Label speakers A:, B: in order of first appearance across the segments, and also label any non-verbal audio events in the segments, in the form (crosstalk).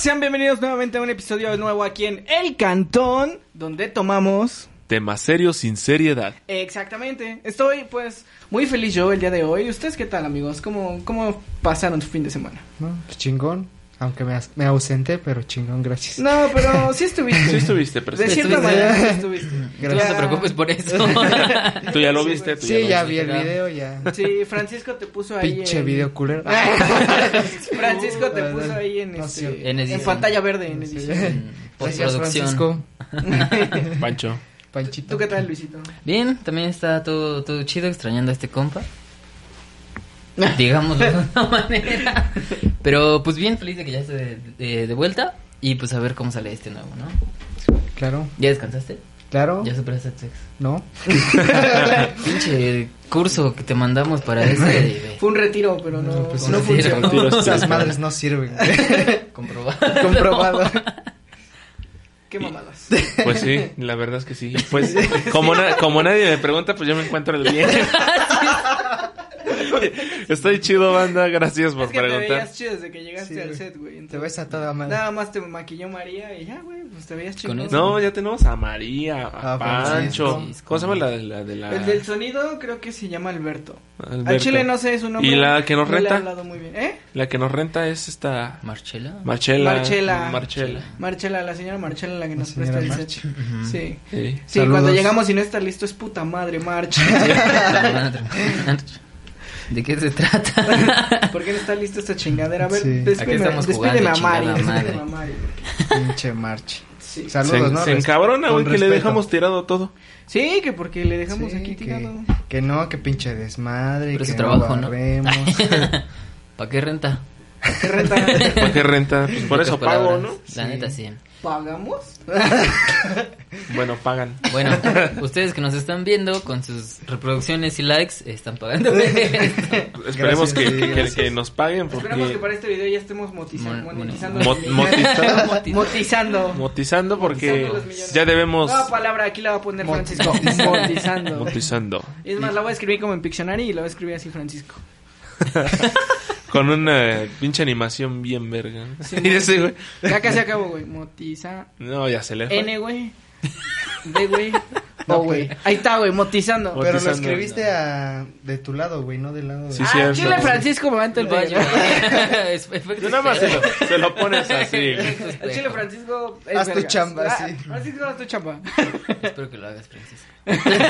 A: Sean bienvenidos nuevamente a un episodio nuevo aquí en El Cantón, donde tomamos...
B: Temas serios sin seriedad.
A: Exactamente. Estoy, pues, muy feliz yo el día de hoy. ¿Ustedes qué tal, amigos? ¿Cómo, cómo pasaron su fin de semana?
C: ¿no? Pues chingón. Aunque me, as- me ausenté, pero chingón, gracias.
A: No, pero sí estuviste.
B: Sí estuviste
A: De
B: presente.
A: cierta
C: Estuviste.
A: manera sí estuviste.
C: Gracias.
A: Ya-
D: No te preocupes por eso. Mm,
B: Tú ya lo viste. tú
C: Sí,
B: lo
C: ya
B: viste.
C: vi el
D: ya.
C: video, ya. (laughs)
A: Sí, Francisco te puso ahí
C: Pinche
A: en- (laughs)
C: video culero. (laughs)
A: Francisco te
C: Perdón.
A: puso ahí en,
C: No,
A: este-
C: sí.
A: en,
D: En edición.
A: pantalla verde, en edición.
C: Gracias,
D: Postproducción.
C: Francisco.
B: (laughs) Pancho.
C: Panchito.
A: ¿Tú qué tal, Luisito?
D: Bien, también está todo, todo chido extrañando a este compa. Digámoslo de una manera. Pero pues bien feliz de que ya esté de, de- de vuelta. Y pues a ver cómo sale este nuevo, ¿no?
C: Claro,
D: ¿Ya descansaste?
C: claro.
D: ¿Ya superaste el sexo?
C: No.
D: Pinche curso que te mandamos para este ese
A: Fue un retiro, pero no,
C: No, pues,
A: no
C: un
D: retiro,
A: funcionó.
B: un retiro.
C: Esas madres no sirven. (laughs)
B: (laughs)
D: comprobar.
C: Comprobado.
A: Qué
C: (laughs)
A: mamadas.
B: Pues sí, la verdad es que sí. Pues como, na- como nadie me pregunta, pues yo me encuentro
A: (laughs)
B: el bien. Estoy chido, banda. Gracias por
A: Es que te
B: preguntar.
A: veías chido desde que llegaste
C: Sí,
A: al
C: güey.
A: set, güey.
C: Te
A: entonces,
C: ves a toda madre.
A: Nada más te maquilló María y ya, güey, pues te veías chido.
D: Con eso.
B: No, ya tenemos a María, a
C: Ah,
B: Pancho.
D: Francisco.
B: ¿Cómo se llama la, de la de la?
A: El del sonido creo que se llama Alberto. Al
B: Alberto?
A: chile no sé su nombre.
B: ¿Y la que nos
A: no le he
B: renta?
A: hablado muy bien. ¿Eh?
B: La que nos renta es esta
D: ¿Marchela?
B: Marchela.
A: Marchela.
B: Marchela.
A: Marchela, la señora Marchela la que nos
C: señora
A: presta el
C: March. Mm.
A: set. Sí.
D: (laughs)
B: Sí.
A: Sí,
C: Saludos.
A: cuando llegamos y no está listo es puta madre,
B: (laughs)
A: March.
D: ¿De qué se trata?
A: ¿Por qué no está lista esta chingadera? A ver,
C: Sí.
D: Aquí
A: despídeme,
D: estamos jugando,
A: despídeme a
D: chingada
A: Mari.
D: madre.
A: despídeme a Mari, porque-
C: Pinche march.
A: Sí.
C: Saludos,
B: Se,
C: ¿no?
B: se
C: Res-
B: encabrona,
C: con
B: güey, que le
C: respeto.
B: dejamos tirado todo.
A: Sí, que porque le dejamos
C: Sí,
A: aquí
C: que- (laughs)
A: tirado.
C: Que no, que pinche desmadre.
D: Pero
C: que
D: es su trabajo, ¿no?
C: barremos.
D: (laughs) ¿Para qué renta?
A: ¿Qué renta
B: ¿Por qué renta? Pues por
D: Pocas
B: eso pago,
D: palabras.
B: ¿no?
D: La
C: Sí.
D: neta, sí.
A: pagamos?
B: Bueno, pagan. (laughs)
D: Bueno, ustedes que nos están viendo con sus reproducciones y likes están
B: (laughs)
D: pagando. esto.
B: Esperemos
C: Gracias,
B: que,
C: sí,
B: que- que-
C: gracias.
B: que nos paguen
A: Esperamos que para
B: porque
A: este video ya estemos motiza-
D: Mon-
A: monetizando. (laughs)
B: mon-
A: los
B: mot-
A: millones.
D: motizando.
A: Motizando.
B: motizando porque
A: Motizando los millones.
B: ya debemos
A: Nueva palabra, aquí la va a poner
B: (laughs)
A: Francisco. Motizando.
B: motizando
A: Es más, la voy a escribir como en Pictionary y la voy a escribir así, Francisco.
B: con una pinche animación bien verga.
A: Sí,
B: (laughs) Y ese güey,
A: Ya casi acabo, güey. Motiza.
B: no, ya se le fue.
A: N, güey. D, güey. O, güey. Ahí está, güey, motizando.
C: Pero lo
B: Cotizando.
C: escribiste a, de tu lado, güey, no del lado de...
B: Sí,
A: ah,
B: cierto.
A: Chile Francisco me manda el
B: (laughs)
A: baño.
D: Es- efecto
B: Tú nada más se lo,
D: espejo.
B: se lo
A: (laughs)
B: pones así. güey.
A: El Chile Francisco. es
C: Haz tu
A: vergas.
C: chamba,
A: Ah,
C: sí.
A: Francisco, haz tu chamba.
D: Espero que lo hagas, Francisco.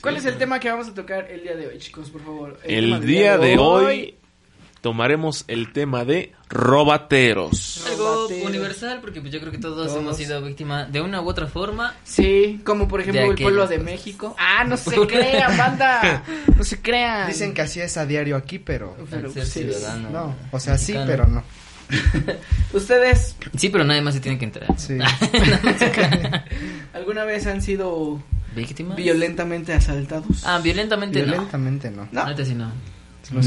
A: ¿Cuál es el tema que vamos a tocar el día de hoy, chicos? Por favor. tema
B: El
A: del
B: día de hoy tomaremos el tema de robateros.
D: Algo
A: Robatero.
D: universal, porque pues yo creo que todos,
C: Todos.
D: hemos sido víctimas de una u otra forma.
A: Sí, como por ejemplo
D: De
A: el pueblo
D: aquellas
A: de
D: cosas.
A: México. Ah, no se crean, banda. No se crean.
C: Dicen que así es a diario aquí, pero...
A: Pero,
D: al ser
A: sí.
D: ciudadano.
C: No, o sea, sí,
D: mexicano.
C: pero no.
D: (laughs)
A: ¿Ustedes
D: Sí, pero nadie más se tiene que enterar. (laughs)
C: Sí.
A: alguna vez han sido
D: ¿Víctimas?
A: violentamente asaltados?
D: Ah, violentamente,
C: Violentamente no.
A: No.
D: no. Neta sí no.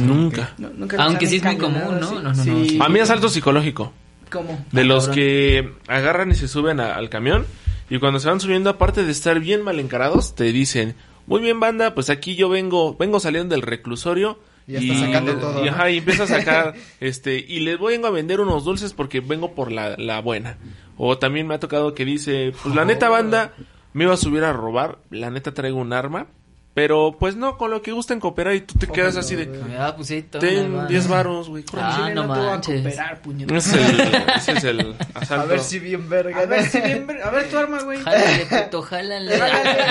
B: Nunca.
A: No, nunca los
D: Aunque
A: han
D: sí es muy
A: encañonado,
D: común, ¿no?
A: sí.
D: No, no, no,
A: Sí.
D: sí.
B: A mí asalto psicológico.
A: ¿Cómo?
B: De
D: Ah,
B: los
D: cabrón.
B: que agarran y se suben a- al camión y cuando se van subiendo, aparte de estar bien mal encarados, te dicen, muy bien banda, pues aquí yo vengo, vengo saliendo del reclusorio.
C: Y ya está sacando todo,
B: Y,
C: ¿no?
B: ajá, y empieza a
C: (laughs)
B: sacar, este, y les vengo a vender unos dulces porque vengo por la, la buena. O también me ha tocado que dice, pues la neta banda, me iba a subir a robar, la neta traigo un arma, pero pues no, con lo que gusten cooperar y tú te quedas así de,
D: Ah, pues sí, toma, va.
B: ten 10 varos, güey.
C: (laughs)
B: córrele".
D: Ah,
A: Chile
D: no
A: te va a
D: manches.
A: cooperar, puñetón.
B: Ese es el, ese es el asalto.
C: A ver si bien verga.
A: A ver, si bien, a ver tu arma, güey.
D: Jálale, puto, jálale.
A: Jálale,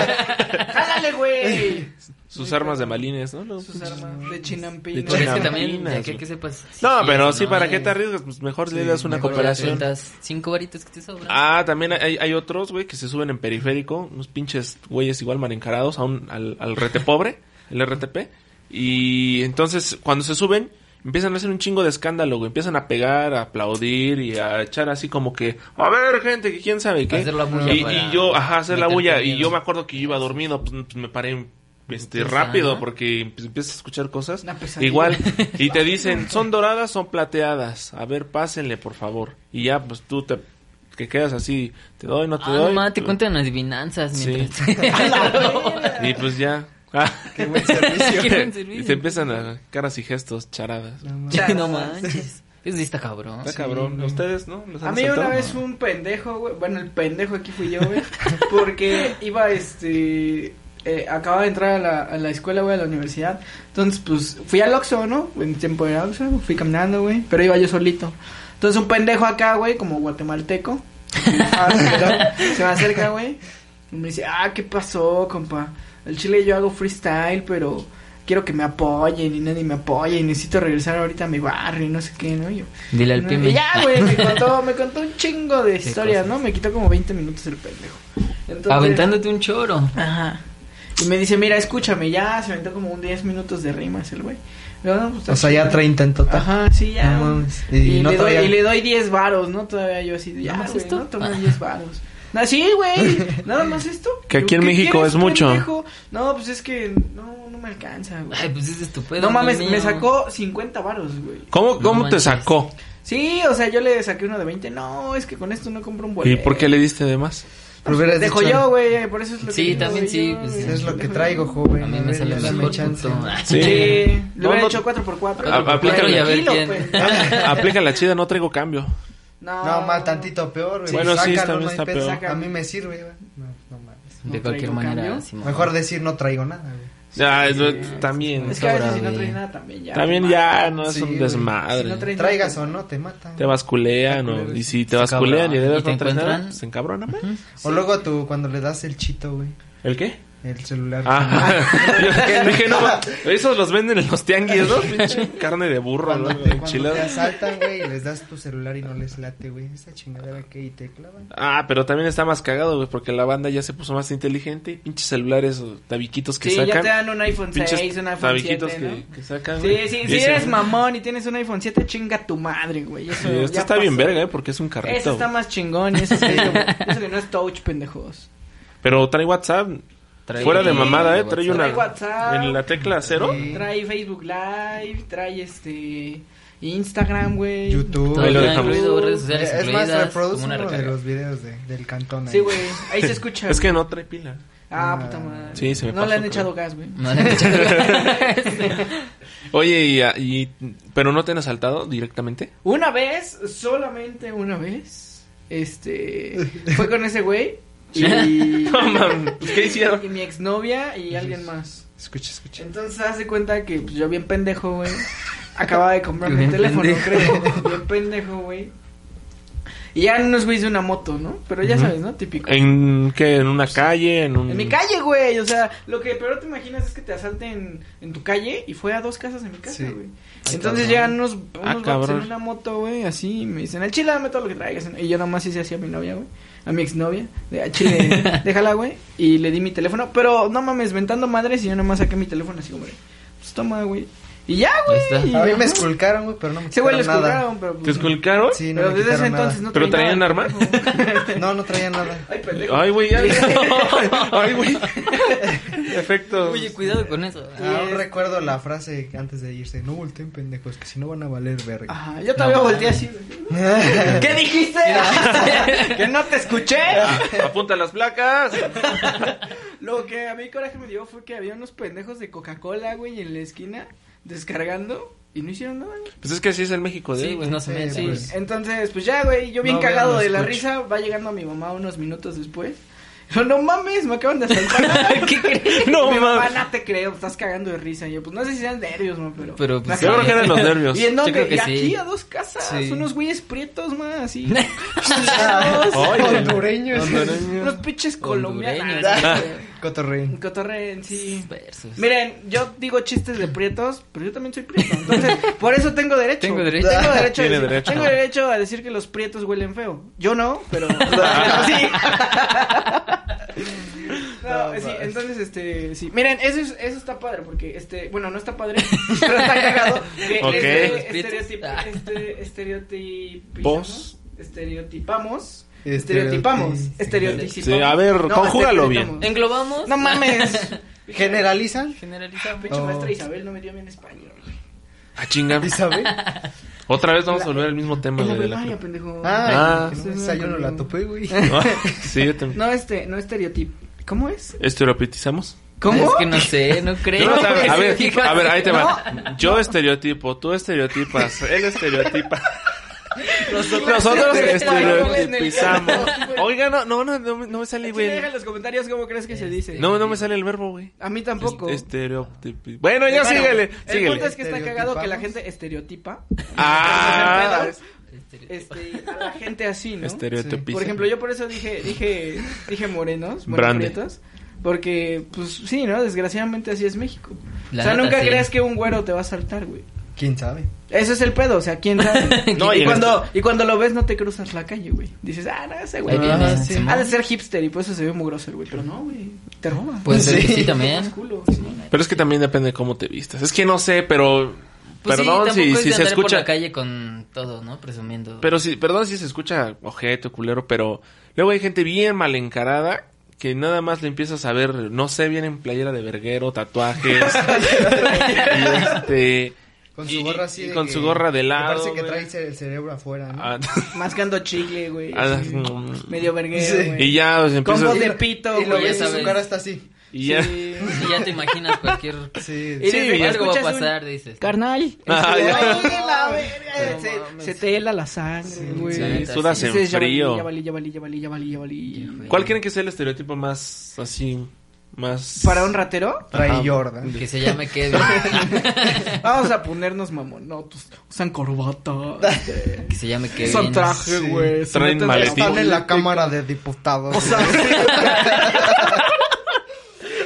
A: jálale,
D: (laughs)
A: güey.
B: Sus armas de malines, ¿no? No,
A: Sus
B: pues,
A: armas de
B: De
A: chinampina.
D: Pero Pues es que
B: Chinampina.
A: (laughs)
D: también, de
B: Chinapinas,
D: aquel
B: güey.
D: que sepas.
B: no, pero
D: o
B: sí, ¿para qué
D: eh.
B: te arriesgas? Pues mejor le das una
C: mejor
D: Por las
B: cooperación.
D: rentas, cinco varitos que te sobran.
B: Ah, también hay, hay otros, güey, que se suben en periférico. Unos pinches güeyes igual mal encarados a un- al, al rete pobre, el RTP. Y entonces, cuando se suben, empiezan a hacer un chingo de escándalo, güey. Empiezan a pegar, a aplaudir y a echar así como que... A ver, gente, que quién sabe qué.
D: Hacer la bulla
B: y,
D: para
B: y yo, ajá, hacer la
D: meterte
B: bulla. Y
D: miedo.
B: yo me acuerdo que yo iba dormido, pues, pues, me paré... Este,
D: Empieza,
B: rápido,
D: ¿no?
B: porque pues, empiezas a escuchar cosas.
A: Una pesadilla.
B: Igual, y te dicen, son doradas, son plateadas. A ver, pásenle, por favor. Y ya, pues tú te que quedas así, te doy, no te
D: Ah,
B: doy.
D: no, ma, te
B: Tú-
D: cuentan adivinanzas
B: Sí. (laughs)
D: mientras.
B: Y pues ya. Ah,
C: Qué buen servicio.
D: (laughs) Qué buen
B: y
D: servicio.
B: te empiezan a caras y gestos, charadas.
C: No, mames.
D: (laughs) no manches. Eso sí está cabrón.
B: Está
D: Sí.
B: cabrón. ¿A ustedes, no? ¿Los han
A: A mí
B: asaltado?
A: una vez un pendejo, güey. Bueno, el pendejo aquí fui yo, güey. (laughs) Porque iba, este. eh, acababa de entrar a la, a la escuela, güey, a la universidad. Entonces, pues, fui al Oxxo, ¿no? En tiempo de Oxxo, fui caminando, güey. Pero iba yo solito. Entonces, un pendejo acá, güey, como guatemalteco. (laughs) ah, sí, ¿verdad? se me acerca, güey. Y me dice, ah, ¿qué pasó, compa? El chile yo hago freestyle, pero quiero que me apoyen y nadie me apoya y necesito regresar ahorita a mi barrio y no sé qué, ¿no? Y yo,
D: Dile al
A: y
D: pyme.
A: Ya, güey, me contó, me contó un chingo
D: (laughs)
A: de historias,
D: cosas.
A: ¿no? Me quitó como 20 minutos el pendejo. Entonces-
D: (laughs) Aventándote un choro.
A: Ajá. Y me dice, mira, escúchame, ya se aventó como un 10 minutos de rimas el güey. Le digo, "No, (laughs) pues, está
C: O sea, ya
A: chido".
C: 30 en total.
A: Ajá, sí, ya.
C: No
A: güey.
C: mames.
A: y,
C: Y no
A: le doy,
C: todavía-
A: y le doy 10 varos, ¿no? Todavía yo así, ya,
D: ¿Nada más
A: güey,
D: esto?
A: no, toma
D: Ah.
A: 10 varos. No, sí,
C: (laughs)
A: güey, nada más esto.
B: Que aquí
A: Digo,
B: en
A: "¿Qué
B: México
A: quieres,
B: es mucho".
A: pendejo? No, pues es que no, no me alcanza, güey.
D: Ay, pues es estupendo.
A: no mames, me sacó 50 varos, güey.
B: ¿Cómo,
D: No
B: cómo te
D: manches.
B: sacó?
A: Sí, o sea, yo le saqué uno de 20. No, es que con esto no compro un
B: ¿Y
A: boleto. Pues,
B: por qué le diste de más?
C: Pero hubieras
A: Dejo
C: dicho,
A: yo, güey, eh, por eso es lo
D: Sí,
A: que... digo,
D: también
A: güey,
D: sí,
A: yo,
D: pues,
A: güey,
D: sí.
C: Es lo que
A: dejo
C: traigo,
A: yo.
C: joven.
D: A mí me salió
C: Dame
D: mejor,
C: chance.
D: puto. (laughs)
A: Sí,
B: Sí.
A: le
B: No,
A: hubiera
B: no-
A: hecho 4x4.
B: A- a-
A: Tranquilo,
B: y a Ah,
D: ver quién.
A: pues.
B: Aplica la chida, no traigo cambio.
A: No,
C: No, más tantito peor, güey.
B: Bueno, sí,
C: Sácalo,
B: también
C: no hay
B: está
C: pedo.
B: peor.
C: Saca. A mí me sirve, güey. No, no mames.
A: No
D: De cualquier
A: traigo
D: manera.
A: cambio.
D: Simón.
C: Mejor decir no traigo nada, güey.
B: Ya, es lo- también.
A: Es que a veces
D: Sobra,
A: si no
D: güey.
A: traes nada también ya.
B: También
A: te
B: ya no es
C: Sí,
B: un
C: güey.
B: desmadre.
A: Si no traes-
C: Traigas o no, te matan.
B: Te basculean o- y si te
D: Se
B: basculean y
D: cabronan.
B: de
D: ¿Y
B: veras
D: te
B: no traes nada,
D: encuentran?
B: se encabronan, ¿eh? ¿me?
C: O luego tú, cuando le das el chito, güey.
B: ¿El qué?
C: El celular.
B: Ah, (laughs) yo dije, no, (laughs) esos los venden en los tianguis, ¿no? (laughs) Pinche carne de burro, ¿no?
C: Cuando, te, cuando te
B: Enchiladas.
C: asaltan, güey, y les das tu celular y no les late, güey. Esa chingadera que y te clavan.
B: Ah, pero también está más cagado, güey, porque la banda ya se puso más inteligente. y Pinches celulares, o tabiquitos que
A: Sí, ya te
B: sacan.
A: dan un iPhone
B: Pinches
A: 6, un iPhone
B: tabiquitos
A: 7,
B: que,
A: ¿no?
B: que sacan.
A: Sí,
B: güey.
A: sí,
B: Y
A: si
B: ese-
A: eres mamón y tienes un iPhone 7, chinga tu madre, güey. Eso
B: Sí, esto
A: ya
B: está bien
A: pasó.
B: verga, ¿eh? Porque es un carrito.
A: Eso está
B: güey.
A: más chingón y eso,
B: (laughs)
A: sí, güey. eso que no es touch, pendejos.
B: Pero trae WhatsApp.
D: Trae-
B: Fuera de mamada, ¿eh? Trae
D: WhatsApp.
B: una.
A: Trae WhatsApp.
B: En la tecla cero.
C: Sí.
A: Trae Facebook Live, trae este Instagram, güey.
C: YouTube.
D: Todo
B: Ahí lo
D: está
B: dejamos.
D: incluido, redes
C: Eh,
D: sociales
C: Es más,
D: incluidas,
C: reproduce
D: como una
C: uno de
D: recarga.
C: los videos de, del cantón. ahí.
A: Sí, güey. Ahí se escucha.
B: Es que
A: güey.
B: no trae pila.
A: Ah, puta madre.
B: Sí, se me
A: no
B: pasó,
A: le han
B: creo.
A: echado gas, güey.
D: No le han echado-
B: Oye, y, ah, y- ¿pero no te han asaltado directamente?
A: Una vez, solamente una vez, este, fue con ese
B: (laughs)
A: güey y,
B: No mames, pues, ¿qué hicieron?
A: y mi exnovia y alguien más.
C: Escucha, escucha.
A: Entonces hace cuenta que pues, yo bien pendejo, güey, acababa de comprarme
D: Bien
A: el teléfono,
D: pendejo.
A: creo, bien pendejo, güey. Y ya nos güeyes de una moto, ¿no? Pero ya
B: Ujú.
A: sabes, ¿no? Típico.
B: ¿En qué? ¿En una calle? ¿En un.?
A: En mi calle, güey. O sea, lo que peor te imaginas es que te asalten en tu calle y fue a dos casas en mi casa,
C: Sí.
A: güey. Entonces
D: cabrón.
A: llegan unos, unos
B: Ah,
A: vatos
B: cabrón.
A: en una moto, güey, así, y me dicen, al chile dame todo lo que traigas. Y yo nomás hice así a mi novia, güey, a mi exnovia, de al chile, déjala, güey, y le di mi teléfono, pero no mames, ventando madres y yo nomás saqué mi teléfono así, hombre, pues toma, güey. Y ya, güey.
D: Ya está.
A: y-
C: A mí
A: ajá.
C: me esculcaron, güey, pero no me
A: Ese güey lo
C: quitaron nada.
A: esculcaron, pero... pues,
B: ¿Te esculcaron?
C: Sí, no
A: Pero
C: me
A: desde ese
C: quitaron nada.
A: entonces no
B: ¿Pero traían
A: nada.
B: arma?
C: (laughs) No, no traía nada.
A: Ay, pendejo.
B: Ay, güey, ya. (laughs) Ay, güey. Efecto.
D: Oye, cuidado con eso.
C: Aún
A: es-
C: recuerdo la frase antes de irse, no volteen pendejos, que si no van a valer verga.
A: Ajá, yo todavía volteé así, güey. ¿Qué dijiste? (laughs) que no te escuché.
B: Apunta las placas.
A: Lo que a mí coraje me dio fue que había unos pendejos de Coca-Cola, güey, en la esquina descargando y no hicieron nada, güey.
B: Pues es que así es el México de.
D: Sí, pues no se me
C: Sí,
A: Sí,
D: sí.
C: pues.
A: entonces, pues ya, güey, yo bien
C: No,
A: cagado
C: no
A: de la
C: escucho.
A: risa, va llegando mi mamá unos minutos después. Yo, no mames, me acaban de asaltar.
D: ¿Qué crees?
B: No,
A: mi mamá,
B: mames.
A: no te creo, estás cagando de risa. Y yo, pues no sé si sean nervios, man, pero.
D: Pero, pues,
B: Yo creo que eran los nervios.
A: Y en
D: Yo
A: dónde?
D: creo que
A: Y
D: sí.
A: aquí a dos casas,
C: Sí.
A: unos güeyes prietos, más
D: (laughs)
A: así. Ah.
C: (laughs)
B: Oye.
C: Hondureños.
A: unos pinches colombianos.
D: Hondureños. Ah.
A: (laughs)
C: Cotorreín.
A: Cotorren, sí.
D: Versus.
A: Miren, yo digo chistes de prietos, pero yo también soy prieto. Entonces, por eso tengo derecho.
D: Tengo derecho.
A: Tengo
D: (laughs)
A: derecho, a
B: Tiene
A: decir,
B: derecho.
A: tengo derecho a decir que los prietos huelen feo. Yo no, pero, pero sí. No, sí,
C: pues.
A: entonces, este, sí. Miren, eso, es- eso está padre, porque, este, bueno, no está padre, (laughs) pero está cagado. Que
B: Ok.
A: este,
D: Los prietos.
A: estereotip, este, estereotipizamos,
B: Vos.
A: Estereotipamos.
C: Estereotipamos.
A: Estereotipamos. Estereotipamos.
B: Sí, a ver, conjúgalo bien.
A: estereotipamos.
D: ¿Englobamos?
A: No mames.
C: (laughs) ¿Generalizan?
D: (laughs) Generalizamos.
A: Pinche
C: Oh.
A: maestra Isabel no me dio bien español. güey.
B: Ah, chinga.
C: ¿Isabel?
B: Otra vez vamos a volver al mismo tema
A: En la
B: güey, de
A: primaria,
B: (laughs) la.
A: pendejo.
C: Ah,
B: Ah.
C: que no, esa yo no la topé, güey.
A: Ah.
B: sí, yo también.
A: No, este, no estereotip. ¿Cómo es?
B: ¿Estereotipizamos?
A: ¿Cómo?
D: Es que no sé, no creo.
B: Yo no sab- a,
D: Sí, (laughs)
B: ver,
D: hija.
B: a ver, ahí te va. Yo estereotipo, tú estereotipas, él estereotipa. Nosotros, este,
A: Nosotros
D: este,
B: estereotipizamos.
A: estereotipamos.
B: Oiga, no, no, no, no, no me sale,
A: Aquí deja
B: güey.
A: en los comentarios cómo crees que se dice.
B: No, no me sale el verbo, güey.
A: A mí tampoco.
B: Estereotipi- Bueno, ya
A: este, Bueno,
B: síguele,
A: El punto es
B: síguele.
A: que está cagado que la gente estereotipa.
B: Ah,
A: Este, (laughs) a la gente así, ¿no?
B: estereotipiza.
A: Por ejemplo, yo por eso dije, dije, dije morenos, bueno,
B: Brande.
A: prietos, porque, pues sí, ¿no? Desgraciadamente así es México. o
D: La
A: sea,
D: neta,
A: nunca
D: sí.
A: creas que un güero te va a saltar, güey.
C: ¿Quién sabe?
A: Ese es el pedo, o sea, quién
D: (laughs)
A: sabe.
B: No,
A: y,
B: y-
A: cuando, y cuando lo ves no te cruzas la calle, güey. Dices, ah, no, ese güey.
D: Ahí viene,
A: ah,
D: sí.
A: Ha de ser hipster y por eso se ve muy grosero, güey. Pero no, güey, te roba.
D: Puede ser que
A: Sí.
D: este, sí Pues también.
A: Más culo, sí.
B: Pero es que también depende de cómo te vistas. Es que no sé, pero.
D: Pues sí,
B: perdón
D: tampoco
B: si,
D: es
B: si
D: de
B: se
D: andar por
B: escucha.
D: la calle con todo, ¿no? Presumiendo.
B: Pero sí, perdón si se escucha ojete o culero, pero luego hay gente bien mal encarada que nada más le empiezas a ver, no sé, bien en playera de verguero,
D: (laughs)
B: tatuajes. y este.
C: Con
B: y-
C: su gorra así.
B: y
C: de
B: con
C: que-
B: su gorra de
C: que
B: lado.
C: Parece que
B: güey.
C: trae el cerebro afuera, ¿no?
B: Ah,
A: Mascando chicle, güey.
B: ah,
A: así,
B: mm.
A: Medio verguero,
C: Sí.
A: güey.
B: y ya pues,
A: Combo
B: empiezas.
A: de pito,
C: y lo
A: güey.
C: ves
D: ya
C: y su
D: sabes.
C: cara está así.
B: Y ya.
A: Sí.
D: Y ya te imaginas cualquier.
C: Sí.
A: Y
B: Sí,
A: desde que
D: algo va a
A: escuchas un-
D: pasar, dices.
B: (laughs)
A: Carnal. este,
B: Ah,
A: Ay,
B: ya.
A: la verga,
D: No
A: se-
D: mames.
A: Se te hela la sangre, güey.
D: La
B: Sí,
D: neta,
B: sudas
D: sí.
B: en
A: Dices, ya valí,
B: frío.
A: Ya valí, ya valí, ya valí, ya valí, ya valí.
B: ¿Cuál creen que sea el estereotipo más así? Más.
A: ¿Para un
B: (laughs)
A: ratero?
C: Trae
B: Ajá.
C: Jordan.
D: Que se
B: (laughs)
D: llame Kevin.
A: Vamos a ponernos mamón. No, pues usan corbata. este,
D: que se llame Kevin.
A: Usan traje,
C: Sí.
A: güey. se
B: Traen
A: meten-
B: maletín.
C: Están en la Cámara de Diputados.
A: O sea,
B: (laughs)
A: sí.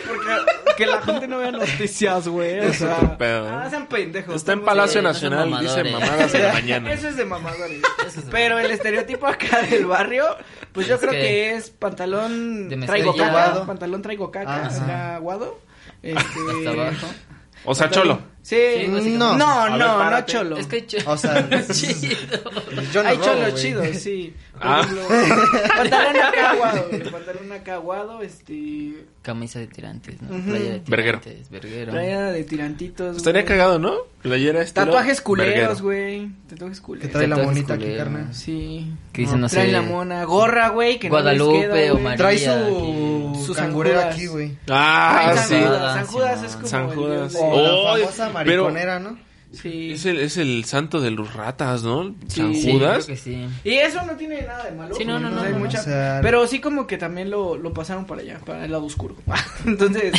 A: Porque que la gente no vea noticias, güey. O sea,
B: otro pedo, ¿eh?
A: ah, sean pendejos.
B: Está en
A: estamos-
B: Palacio
D: Sí, no son
B: Nacional, dice
D: mamadores.
A: (laughs)
B: mamadas de la mañana.
A: Eso es de mamadores.
D: Eso es de
A: Pero el estereotipo acá del barrio, pues yo
D: Es
A: creo
D: que-
A: que es pantalón
D: De
A: traigo
D: mezclilla.
A: caca,
C: Aguado.
A: pantalón traigo caca,
C: Ah,
A: o sea, aguado. Este...
D: (laughs) Hasta abajo.
B: O sea, cholo.
A: Sí.
D: Sí, básicamente.
A: no,
C: No.
A: no,
B: A ver,
A: no,
B: párate.
A: cholo.
D: Es que hay ch-
C: O sea,
D: (laughs) chido.
C: (laughs) yo no
A: Hay
C: robo,
A: cholo
C: güey.
B: (laughs)
A: chido, sí. Por
B: Ah.
A: ejemplo,
B: (laughs)
A: pantalón acá aguado, güey, pantalón acá aguado, este,
D: Camisa de tirantes, ¿no?
A: Ujú.
D: Playa de
B: Verguero.
D: tirantes. Verguero.
A: playa de tirantitos.
B: Estaría
A: güey.
B: cagado, ¿no? Playera estilo
A: Tatuajes culeros,
B: Pues verguero.
A: güey. Tatuajes
C: Que
A: culeros.
C: trae la
D: Tatuajes
C: monita aquí,
D: culeros.
C: carnal.
A: Sí.
D: Que dicen, no
A: trae
D: sé.
A: la mona, gorra, güey, que no
D: Guadalupe
A: les queda,
D: o
A: güey.
D: María.
C: Trae
D: aquí.
C: su,
A: Sus
C: cangurero
A: anguras.
C: aquí, güey.
B: Ah,
A: Ay, San
B: sí.
A: Judas, San
D: Sí,
A: Judas
D: no.
A: es como
B: San
A: el dios
B: Judas.
A: de-
C: O
B: Oh,
C: la famosa
B: pero-
C: mariconera, ¿no?
A: Sí.
B: Es el, es el santo de los ratas, ¿no?
A: Sí.
B: San
D: Sí,
B: Judas.
D: creo que sí.
A: Y eso no tiene nada de malo.
D: Sí, no,
A: güey,
D: no,
A: o
D: no,
A: sea, hay
D: no,
A: mucha-
C: o sea-
A: Pero sí como que también lo, lo pasaron para allá, para el lado oscuro. (laughs)
D: (laughs)
A: Entonces,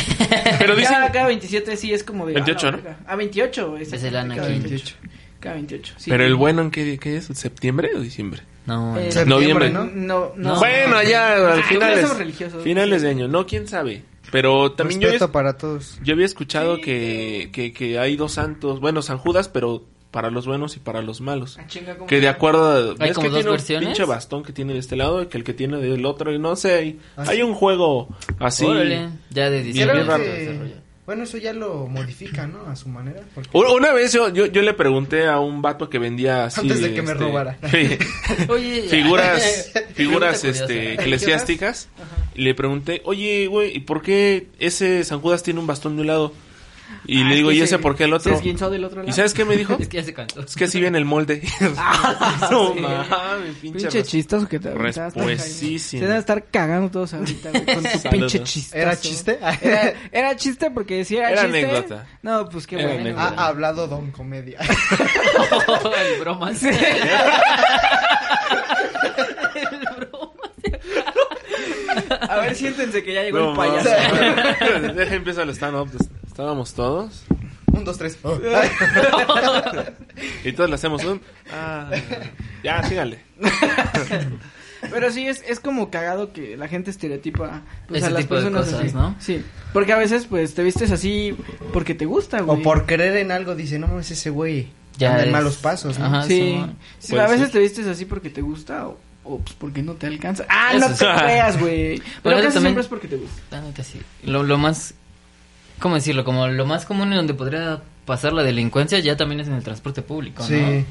B: Pero dicen-
A: cada, cada 27 sí es como de...
B: 28,
A: ah, la
B: ¿no?
A: verga. Ah, 28.
D: Es el
A: exactamente, cada
D: Anakin.
A: 28. Cada 28, sí.
B: Pero el bueno, ¿en qué, qué es? ¿Septiembre o diciembre?
D: No,
A: Eh,
D: no.
B: Noviembre.
A: No, no. no.
B: Bueno, ya
A: Ah,
B: al
A: no somos
B: finales,
A: religiosos.
B: finales de año. No, quién sabe. Pero también yo
C: Respeto
B: había,
C: para todos.
B: yo había escuchado
A: Sí,
B: que, que, que hay dos santos. Bueno, San Judas, pero para los buenos y para los malos.
A: Ah, chinga, ¿cómo
B: Que de
A: se-
B: acuerdo a.
D: Hay
B: ¿ves
D: como
B: que
D: dos
B: tiene un
D: versiones?
B: pinche bastón que tiene de este lado y que el que tiene del otro. Y no sé. Hay,
C: Ah,
B: hay un juego así.
D: Órale, ya de
B: Bien,
D: diciembre.
B: bien
C: Creo
B: raro.
D: se desarrolla.
C: que... Bueno, eso ya lo modifica, ¿no? A su manera. Porque...
B: U- Una vez yo, yo, yo le pregunté a un vato que vendía así, este,
C: Antes de que me robara.
B: (laughs) sí,
D: (laughs) Oye,
B: figuras figuras
D: (laughs) Pregunta curiosa.
B: este eclesiásticas y le pregunté, "Oye, güey, ¿y por qué ese San Judas tiene un bastón de un lado?" Y
A: Ah,
B: le
A: es
B: digo,
A: que
B: "¿Y ese
A: se-
B: por qué el
A: Se
B: otro?"
A: esguinzó del otro lado.
B: ¿Y sabes qué me dijo?
D: (laughs) (laughs) Es que ya se cantó.
B: es que así viene el molde. (laughs) no mames, pinche,
A: Pinche
B: bastón.
A: chistazo que te aventaste, Jaime.
B: Respuesísimo.
A: Se van a estar cagando todos ahorita, güey, con tu
B: Saludos.
A: pinche chistazo.
C: ¿Era chiste?
A: Era, era chiste porque decía
B: Era
A: chiste.
B: anécdota.
A: No, pues qué
B: Era
A: bueno.
B: anécdota.
A: güey.
C: (laughs) Ha hablado Don Comedia. (laughs)
D: el broma.
A: Sí.
D: El broma.
A: Ah, A ver, siéntense que ya llegó
B: No
A: el
B: mames.
A: payaso.
B: (laughs) Deja empieza el stand up. Estábamos todos
C: Un,
B: (laughs)
C: dos, tres. Oh.
B: y todos le hacemos un ah, ya, sígale.
A: Pero sí, es, es como cagado que la gente estereotipa pues,
D: Ese
A: a las
D: tipo de
A: personas
D: cosas,
A: así.
D: ¿no?
A: Sí, porque a veces pues te vistes así porque te gusta, güey.
C: O por creer en algo dice, no mames, ese güey
D: Ya
C: anda en
D: es-
C: malos pasos, ¿no?
D: Ajá.
A: Sí,
D: Simón.
A: Sí,
B: Puede
A: a veces
B: ser.
A: te vistes así porque te gusta o, o, pues, porque no te alcanza. Ah,
D: Eso
A: no
D: sí.
A: te creas, güey. Pero
D: eso
A: casi
D: también-
A: siempre es porque te gusta.
D: La neta, sí. Lo, lo más. ¿Cómo decirlo? Como lo más común en donde podría pasar la delincuencia ya también es en el transporte público, ¿no?
C: Sí.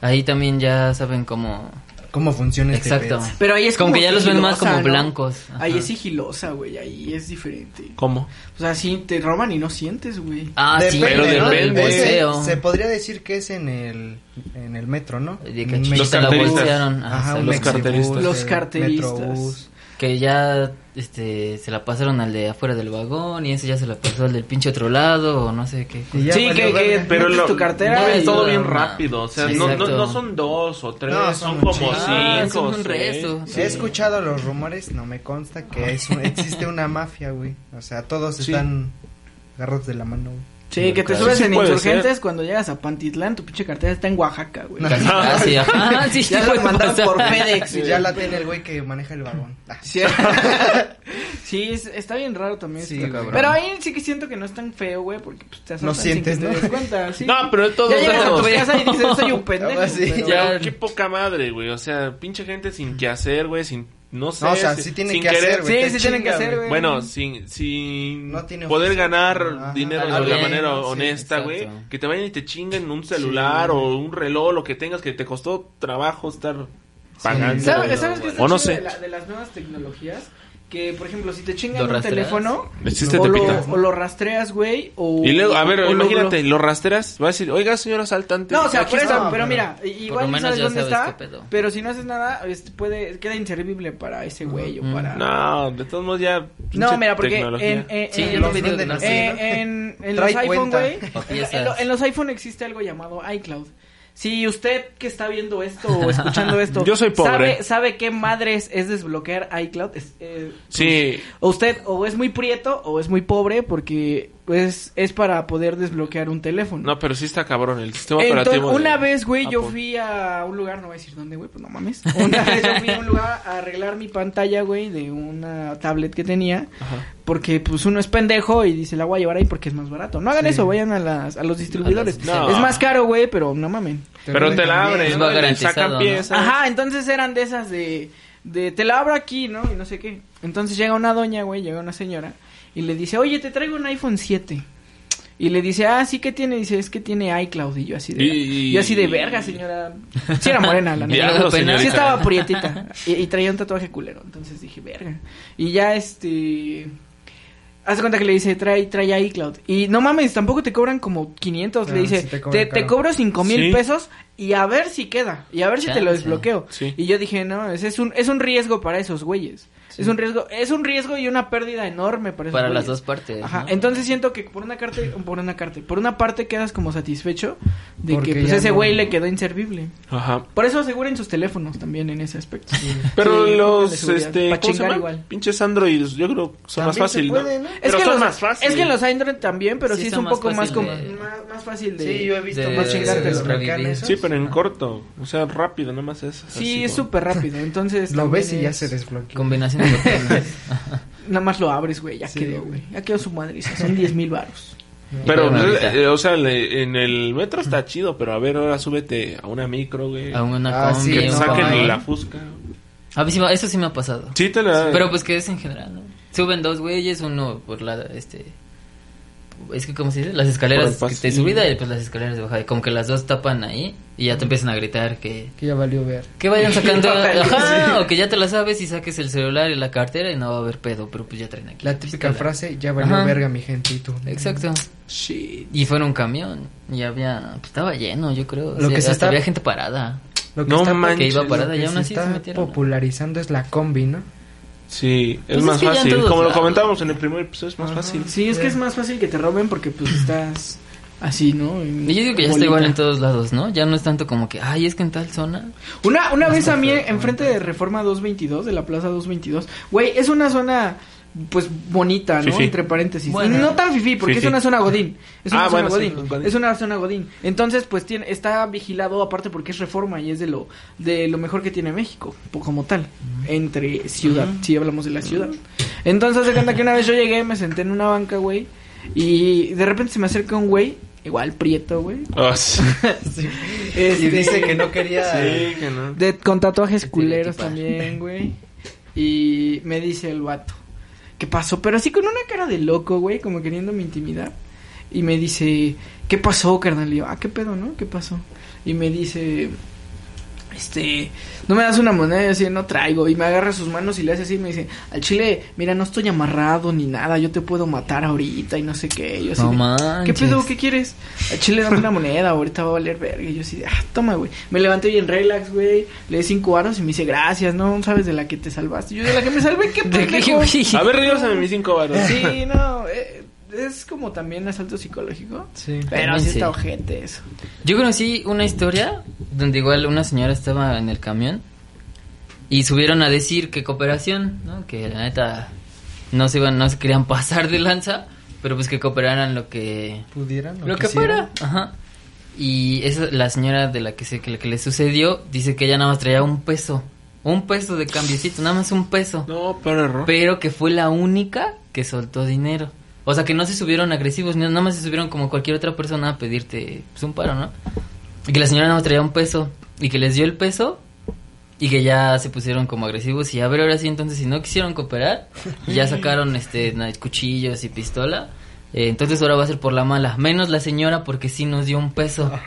D: Ahí también ya saben cómo.
C: ¿Cómo funciona este
D: Exacto.
C: pedo?
A: Pero ahí es
D: Como que ya los ven más
A: sigilosa,
D: como
A: ¿no?
D: blancos. Ajá.
A: Ahí es sigilosa, güey, ahí es diferente.
B: ¿Cómo?
A: O sea, sí, te roban y no sientes, güey.
D: Ah, sí,
B: Depende,
D: pero
B: ¿no?
D: del
B: depende.
D: bolseo.
C: Se podría decir que es en el, en el metro, ¿no?
D: De que
C: En
D: chiquita
B: Los
D: la
B: carteristas.
D: bolsearon.
C: Ajá,
D: sí.
C: un
B: los
C: Mexibus,
B: carteristas.
A: Los
C: el
A: carteristas.
C: Metrobús.
D: que ya este se la pasaron al de afuera del vagón y ese ya se la pasó al del pinche otro lado o no sé
B: (laughs)
D: qué. cosa.
C: Y ya
A: sí,
C: valió
A: que, que
C: verga.
B: Pero
A: metes
B: lo-
A: tu cartera
D: Vale,
A: y-
B: todo bien
D: no.
B: rápido. O sea,
D: Sí,
B: no, no-
D: exacto.
B: no son dos o tres,
C: No,
B: son
C: son
B: como
C: un
B: cinco.
C: chingo.
D: Ah, son un
B: seis.
D: resto.
C: He escuchado los rumores, no me consta que es un- existe una mafia, güey. O sea, todos
A: Sí.
C: están agarrados de la mano, güey.
A: Sí, que te
B: Sí,
A: subes
B: sí
A: en
B: puede
A: Insurgentes
B: ser.
A: cuando llegas a Pantitlán, tu pinche cartera está en Oaxaca, güey.
D: Casi,
B: (laughs)
D: casi, ajá, sí,
A: Ya
D: (laughs) puede
A: lo mandaron
D: pasar.
A: por FedEx.
C: Sí,
A: güey.
C: ya la tiene el güey que maneja el vagón. Ah,
A: Sí,
C: (laughs)
A: Sí, es- está bien raro también.
C: Sí,
A: esto,
C: güey.
A: cabrón. Pero ahí sí que siento que no es tan feo, güey, porque pues, te asaltan
C: No
A: sin
C: sientes,
A: que
C: ¿no?
A: te des cuenta, sí.
B: No, pero de todos
A: ya llegas a
B: modos.
A: tu casa y dices, soy un pendejo.
C: (laughs) Ahora sí.
A: pero-
B: Ya,
D: Ya.
B: qué poca madre, güey. O sea, pinche gente sin qué hacer, güey, sin no sé,
C: No, o sea,
B: sin-
C: sí tiene
B: sin
C: que
B: querer.
C: hacer, güey.
A: Sí,
C: está
A: sí
C: en
A: tienen que
C: chinga,
A: hacer, güey.
B: Bueno, sin sin
C: No tiene
B: poder
C: oficio.
B: ganar
C: Ajá,
B: dinero de
D: algo
B: la
D: bien,
B: manera
D: sí,
B: honesta, güey.
D: exacto.
B: Que te vayan y te chinguen un celular o un reloj, lo que tengas que te costó trabajo estar pagando.
A: ¿Sabes,
B: güey.
A: sabes qué es lo
B: o no
A: chido
B: sé.
A: de, la- de las nuevas tecnologías? Que, por ejemplo, si te
D: ¿Lo
A: chingan un
D: rastreas?
A: teléfono,
B: Existe
A: o,
B: te
A: lo,
B: pitas.
A: o lo rastreas, güey, o...
B: Y luego, a ver,
A: o lo-
B: imagínate, lo rastreas, va a decir, oiga, señor asaltante.
A: No, o sea,
B: aquí
A: por eso,
B: está.
C: está.
A: pero mira, i-
D: Por lo
A: igual no
D: menos
A: sabes
D: ya
A: dónde
D: sabes
A: está,
D: qué pedo.
A: pero si no haces nada, este puede, queda inservible para ese güey o
D: Ujú.
A: para...
B: No, de todos modos ya.
A: No,
B: pinche
A: mira, porque en,
B: tecnología.
A: en-
D: Sí,
A: en-
D: yo lo vi de
C: venden
D: los-
C: así,
A: eh,
C: ¿no?
A: en, en los
C: Trae
A: iPhone,
C: cuenta.
A: güey.
D: O piezas.
A: En, lo- en los iPhone existe algo llamado iCloud. Si usted que está viendo esto o
D: (laughs)
A: escuchando esto,
B: Yo soy pobre.
A: Sabe, sabe qué madres es desbloquear iCloud. es, eh,
B: Sí,
A: o usted o es muy prieto o es muy pobre porque es, es para poder desbloquear un teléfono.
B: no, pero sí está cabrón el sistema
A: Entonces,
B: operativo. de
A: una vez, güey, yo
B: Apple.
A: fui a un lugar, no voy a decir dónde, güey, pues no mames. Una vez yo fui a un lugar a arreglar mi pantalla, güey, de una tablet que tenía.
B: Ajá.
A: Porque pues uno es pendejo y dice la voy a llevar ahí porque es más barato. No hagan
C: Sí.
A: eso, vayan a las a los distribuidores.
B: No.
A: Es más caro, güey, pero no mamen.
B: Pero te la abren,
D: Es
B: ¿no?
D: más
B: Y le
D: garantizado,
B: sacan
D: ¿no?
B: piezas.
A: Ajá, entonces eran de esas de de te la abro aquí, ¿no? Y no sé qué. Entonces llega una doña, güey, llega una señora y le dice, "Oye, te traigo un iPhone 7." Y le dice, "Ah, sí que tiene." Dice, "Es que tiene iCloud." Y yo así de
B: Y-
A: yo así de verga, señora. Sí era morena,
B: (laughs)
A: la neta.
B: Diablo, señorita.
A: Sí estaba prietita y, y traía un tatuaje culero, entonces dije, verga. Y ya este... Hace cuenta que le dice, trae, trae iCloud. Y no mames, tampoco te cobran como 500.
C: No,
A: le dice,
C: Ah, sí
A: te,
C: te cobran
A: te,
C: caro".
A: cobro 5 mil
B: Sí.
A: pesos y a ver si queda. Y a ver si te lo
D: Chance.
A: desbloqueo.
B: Sí.
A: Y yo dije, no, ese es un, es un riesgo para esos güeyes. Es un riesgo, es un riesgo y una pérdida enorme para esos
D: Para las
A: güeyes.
D: dos partes.
A: eh, pues, Ajá,
D: ¿no?
A: entonces siento que por una carta, por una carta, por una parte quedas como satisfecho de
C: Porque
A: que pues
C: ya
A: ese
C: no-
A: güey le quedó inservible.
B: Ajá.
A: Por eso aseguren sus teléfonos también en ese aspecto.
B: Pero
A: Sí, pónganle
B: los,
A: seguridad,
B: este,
A: pa'
B: ¿cómo se
A: chingar
B: llama?
A: igual.
B: Pinches Androids, yo creo que son más
C: También se
B: fácil,
C: puede,
B: ¿no?
C: ¿no?
B: Pero
A: es que
B: son
A: los,
B: más fácil.
A: Es que los Android también, pero sí,
D: Sí,
A: es
D: son
A: un
D: más
A: poco más,
D: fácil
A: como-
D: de-
A: más, más fácil de...
C: Sí, yo he visto
D: de-
C: más
A: de-
C: chingártelos.
A: de-
C: mecanes.
B: Sí, pero en corto, o sea, rápido, nada más es.
A: Sí,
B: así,
A: es
B: como-
A: súper rápido, entonces...
C: Lo ves y
A: también
C: ya
A: es-
C: se desbloquea.
D: Combinación de botones.
A: Nada más lo abres, güey, ya
C: Sí,
A: quedó,
C: güey.
A: güey. Ya quedó su madre, son 10 mil baros.
B: Pero,
D: Bueno,
B: pues,
D: ahorita.
B: eh, o sea, le- en el metro está chido, pero a ver, ahora súbete a una micro, güey.
D: A una
C: Ah,
D: combi.
C: sí,
B: Que te
D: un
C: no,
B: saquen
D: camión.
B: la fusca.
D: A mí sí me- eso sí me ha pasado.
B: Sí, te la.
D: Pero pues que es en general, ¿no? Suben dos güeyes, uno por la, este... Es que, ¿cómo se dice? Las
B: Por el
D: escaleras que
B: pasillo.
D: de subida y pues las escaleras de bajada. Y como que las dos tapan ahí y ya te empiezan a gritar que...
C: Que ya valió ver.
D: Que vayan sacando...
A: Bájale,
D: Ajá, o que ya te la sabes y saques el celular y la cartera y no va a haber pedo, pero pues ya traen aquí.
C: La
D: la
C: típica
D: pistola.
C: frase, ya valió
D: Ajá.
C: verga mi gente y tú.
D: Exacto.
A: Shit.
D: Y fue en un camión y había... pues, estaba lleno, yo creo.
C: Lo
D: O sea,
C: que se
D: hasta
C: está-
D: había gente parada.
C: Lo
B: No
C: está-
B: manches.
D: Que iba parada,
C: lo
D: ya
C: que
D: aún
C: se
D: así se
C: está
D: metieron.
C: popularizando es la combi, ¿no?
B: Sí, es
D: Pues
B: más
D: es que ya en
B: fácil.
D: todos
B: Como lo
D: lados.
B: comentábamos en el primer episodio, es más fácil.
A: Sí, es que es más fácil que te roben porque pues estás así, ¿no? En
D: Y yo digo que ya está
A: bolita.
D: igual en todos lados, ¿no? Ya no es tanto como que, ay, es que en tal zona.
A: Una, una vez a mí, enfrente de Reforma 222, de la Plaza 222, güey, es una zona, pues, bonita, ¿no?
B: Fifí.
A: Entre paréntesis.
D: Bueno.
A: No tan fifí, porque
B: Fifí.
A: es una zona godín. Es una
B: Ah,
A: zona
B: bueno, sí,
A: godín.
B: godín.
A: Es una zona godín. Entonces, pues, tiene, está vigilado, aparte porque es Reforma y es de lo, de lo mejor que tiene México, po- como tal, entre ciudad, si hablamos de la ciudad. Entonces, de cuenta que una vez yo llegué, me senté en una banca, güey, y de repente se me acerca un güey, igual prieto, güey.
D: Oh,
B: Ah, (laughs) sí.
A: Este-
C: (laughs) Y dice que no quería...
B: Sí, que no.
A: de, con tatuajes culeros
D: Estereotipar.
A: también, güey. Y me dice el vato, ¿qué pasó? Pero así con una cara de loco, güey, como queriéndome intimidar. Y me dice, ¿qué pasó, carnal? Y yo, ah, ¿qué pedo, no? ¿Qué pasó? Y me dice, este, no me das una moneda y así, no traigo. Y me agarra sus manos y le hace así y me dice, al chile, mira, no estoy amarrado ni nada, yo te puedo matar ahorita y no sé qué. Y yo así,
D: No
A: de, Pues ¿qué
D: manches. (laughs)
A: pedo? ¿Qué quieres? Al chile, dame una moneda, ahorita va a valer verga. Y yo así, de, ah, toma, güey. Me levanté bien relax, güey. Le di cinco varos y me dice, gracias, no sabes de la que te salvaste. Yo de la que me salvé, qué
D: (laughs) ¿De qué,
A: pendejo.
D: güey?
B: A ver, regrésame mis cinco varos.
A: Sí, no, eh, es como también asalto psicológico.
D: Sí.
A: Pero sí
D: También sí.
A: está ojete eso.
D: Yo conocí una historia donde igual una señora estaba en el camión y subieron a decir que cooperación, ¿no? Que la neta no se iban, no se querían (laughs) pasar de lanza, pero pues que cooperaran lo que
C: Pudieran.
D: lo que fuera. Ajá. Y esa la señora de la que se que, la que le sucedió dice que ella nada más traía un peso, un peso de cambiecito, nada más un peso,
B: No, pero error.
D: pero que fue la única que soltó dinero. O sea, que no se subieron agresivos, ni- nada más se subieron como cualquier otra persona a pedirte pues, un paro, ¿no? Y que la señora nos traía un peso y que les dio el peso y que ya se pusieron como agresivos y a ver ahora sí entonces si no quisieron cooperar y ya sacaron este na- cuchillos y pistola eh, entonces ahora va a ser por la mala menos la señora porque sí nos dio un peso
C: (laughs)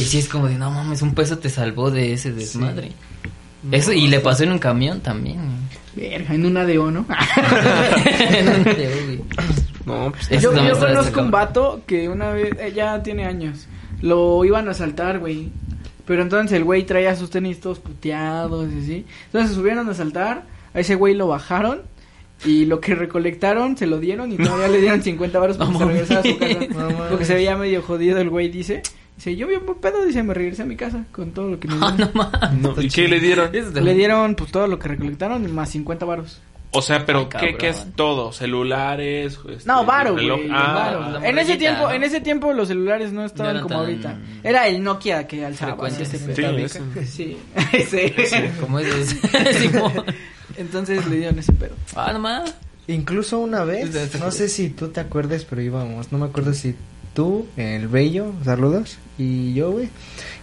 D: y sí es como de no mames un peso te salvó de ese desmadre eso y le pasó en un camión también
A: Verga, en una de
D: (laughs)
A: ¿no?
D: No te veo, güey.
B: No, pues,
D: Eso
A: yo
D: también
A: yo
D: está
A: conozco un
D: cabrón.
A: vato que una vez, eh, ya tiene años, lo iban a asaltar, güey. Pero entonces el güey traía sus tenis todos puteados y así. Entonces subieron a asaltar, a ese güey lo bajaron y lo que recolectaron se lo dieron y todavía le dieron 50 baros para que se regresara a su casa.
C: No mames.
A: porque se veía medio jodido el güey, dice. Dice, yo bien buen pedo, dice, me regresé a mi casa con todo lo que me
D: Ah,
A: dieron.
B: no, ¿Y qué le
D: (laughs)
B: dieron?
D: Eso
A: Le
D: también.
C: (laughs)
A: dieron pues todo lo que recolectaron y más 50 varos.
B: O sea, pero
D: Ay,
B: ¿qué,
D: cabrón.
B: qué es todo? ¿Celulares? este,
A: No, varo, güey.
B: reloj? Ah,
A: varo. en
D: la
A: ese
D: morrillita,
A: tiempo,
D: ¿no?
A: en ese tiempo los celulares no estaban
D: No eran
A: como
D: tan
A: ahorita. Era el Nokia que alzaba. ¿no?
D: frecuentes.
A: Ese
B: Sí,
A: pedo. (laughs)
B: es-
A: Sí. Sí.
D: ¿Cómo es? (laughs) Simón.
A: Entonces le dieron ese pedo.
D: Ah, nomás.
C: Incluso una vez, no sé si tú te acuerdes, pero íbamos, no me acuerdo si tú, el bello, saludos, y yo, güey,